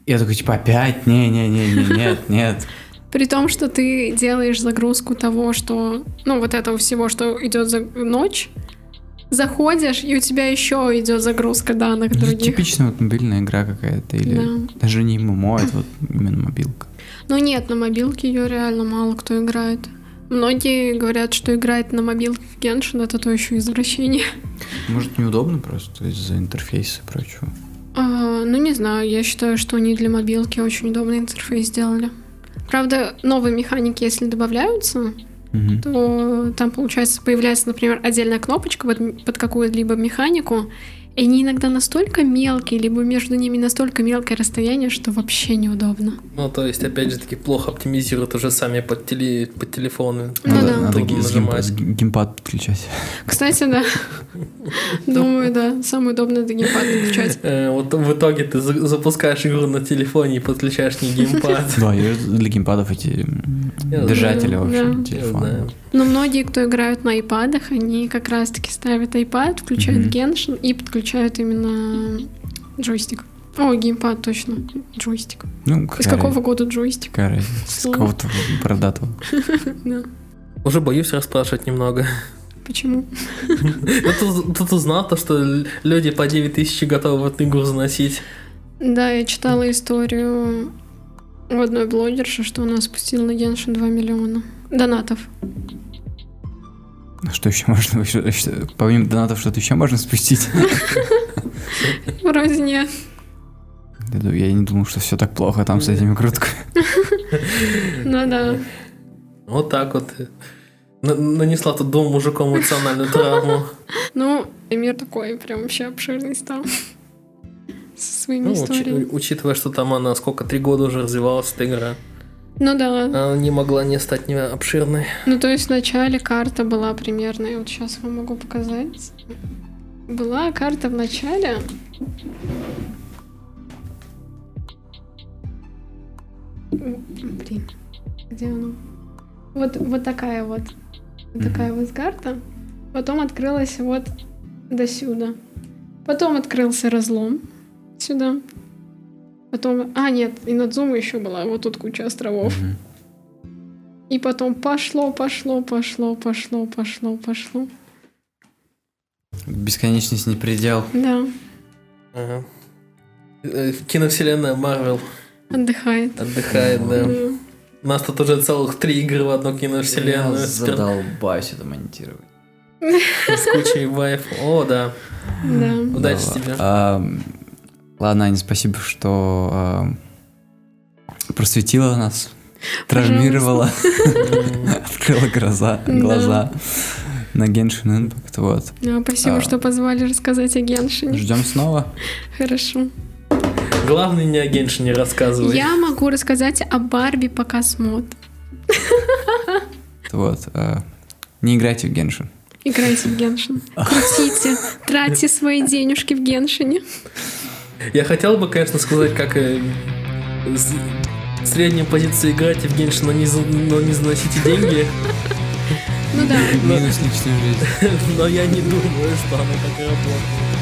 [SPEAKER 3] Я такой, типа, опять? Не-не-не-не,
[SPEAKER 1] <laughs>
[SPEAKER 3] нет, нет.
[SPEAKER 1] При том, что ты делаешь загрузку того, что, ну, вот этого всего, что идет за ночь, заходишь, и у тебя еще идет загрузка данных
[SPEAKER 3] Ну,
[SPEAKER 1] других.
[SPEAKER 3] Типичная вот мобильная игра какая-то, или
[SPEAKER 1] Да.
[SPEAKER 3] даже не ММО, это
[SPEAKER 1] <laughs>
[SPEAKER 3] вот именно мобилка.
[SPEAKER 1] Ну нет, на мобилке ее реально мало кто играет. Многие говорят, что играть на мобилке в Геншин это то еще извращение.
[SPEAKER 3] Может, неудобно просто из-за интерфейса и прочего.
[SPEAKER 1] А, ну не знаю, я считаю, что они для мобилки очень удобный интерфейс сделали. Правда, новые механики, если добавляются,
[SPEAKER 3] Мгм.
[SPEAKER 1] то там, получается, появляется, например, отдельная кнопочка под, под какую-либо механику, и они иногда настолько мелкие, либо между ними настолько мелкое расстояние, что вообще неудобно.
[SPEAKER 2] Ну, то есть, опять же таки, плохо оптимизируют уже сами под, теле, под телефоны.
[SPEAKER 1] Ну
[SPEAKER 3] надо
[SPEAKER 1] да.
[SPEAKER 3] надо
[SPEAKER 2] Трудно
[SPEAKER 3] г- с геймп-
[SPEAKER 2] нажимать.
[SPEAKER 3] с г- геймпад подключать. <laughs>
[SPEAKER 1] Кстати, да. Думаю, да. Самое удобное это геймпад включать.
[SPEAKER 2] Э, Вот в итоге ты за- запускаешь игру на телефоне и подключаешь не геймпад.
[SPEAKER 3] Да, я же для геймпадов эти м,
[SPEAKER 2] Я
[SPEAKER 3] держатели, в общем,
[SPEAKER 1] Да.
[SPEAKER 2] Я
[SPEAKER 3] телефона.
[SPEAKER 2] знаю.
[SPEAKER 1] Но многие, кто играют на айпадах, они как раз-таки ставят айпад, включают
[SPEAKER 3] Мгм.
[SPEAKER 1] геншин и подключают именно джойстик. О, геймпад, точно. Джойстик.
[SPEAKER 3] Ну, какая
[SPEAKER 1] Из какого года джойстик?
[SPEAKER 3] Какая разница? С
[SPEAKER 1] Слово.
[SPEAKER 3] какого-то бородатого.
[SPEAKER 1] Да.
[SPEAKER 2] Уже боюсь расспрашивать немного. <laughs>
[SPEAKER 1] Почему?
[SPEAKER 2] Я тут, тут узнал то, что л- люди по 9000 готовы в эту игру заносить.
[SPEAKER 1] Да, я читала историю у одной блогерши, что она спустила на Геншин 2 миллиона донатов.
[SPEAKER 3] Ну, Что еще можно? вообще- что- Помимо донатов, что-то еще можно спустить?
[SPEAKER 1] Вроде нет.
[SPEAKER 3] Я ду- Я не думал, что все так плохо там с этими крутками.
[SPEAKER 1] Ну да.
[SPEAKER 2] Вот так вот. На- Нанесла тут дом мужику эмоциональную травму.
[SPEAKER 1] Ну, и мир такой прям вообще обширный стал. Со своими
[SPEAKER 2] Ну, учи-
[SPEAKER 1] историями.
[SPEAKER 2] учитывая, что там она сколько, три года уже развивалась эта игра.
[SPEAKER 1] Ну да.
[SPEAKER 2] Она не могла не стать не обширной.
[SPEAKER 1] Ну то есть вначале карта была примерно, я вот сейчас вам могу показать. Была карта в начале. М, Блин, где она? Вот, вот такая вот. Вот такая вот карта. Потом открылась вот до сюда. Потом открылся разлом сюда. Потом... А, нет, и Надзума еще была. Вот тут куча островов.
[SPEAKER 3] Мгм.
[SPEAKER 1] И потом пошло, пошло, пошло, пошло, пошло, пошло.
[SPEAKER 3] Бесконечность не предел.
[SPEAKER 1] Да,
[SPEAKER 2] Ага. Э, Киновселенная Марвел
[SPEAKER 1] отдыхает.
[SPEAKER 2] отдыхает, да.
[SPEAKER 1] Да.
[SPEAKER 2] У нас тут уже целых три игры в одну киновселенную с пер-
[SPEAKER 3] задолбаюсь это монтировать.
[SPEAKER 2] с кучей вайф. О, да.
[SPEAKER 1] да.
[SPEAKER 2] Удачи
[SPEAKER 3] Давай.
[SPEAKER 2] тебе.
[SPEAKER 3] Ам, Ладно, Аня, спасибо, что ам, просветила нас, травмировала, <laughs> открыла глаза,
[SPEAKER 1] Да.
[SPEAKER 3] глаза на Genshin Impact. Вот.
[SPEAKER 1] Да, спасибо,
[SPEAKER 3] А.
[SPEAKER 1] что позвали рассказать о Геншине.
[SPEAKER 3] Ждем снова.
[SPEAKER 1] Хорошо.
[SPEAKER 2] Главное, не о Геншине рассказывай.
[SPEAKER 1] Я могу рассказать о Барби пока смот.
[SPEAKER 3] Вот. а, Не играйте в Genshin.
[SPEAKER 1] Играйте в Геншин. Крутите, тратьте свои денежки в Геншине.
[SPEAKER 2] Я хотел бы, конечно, сказать, как э, с- в средней позиции играть и в Геншин, но не, за- но не заносите деньги, <laughs>
[SPEAKER 1] Ну да.
[SPEAKER 3] Минус личную жизнь.
[SPEAKER 2] но я не думаю, что она так работает.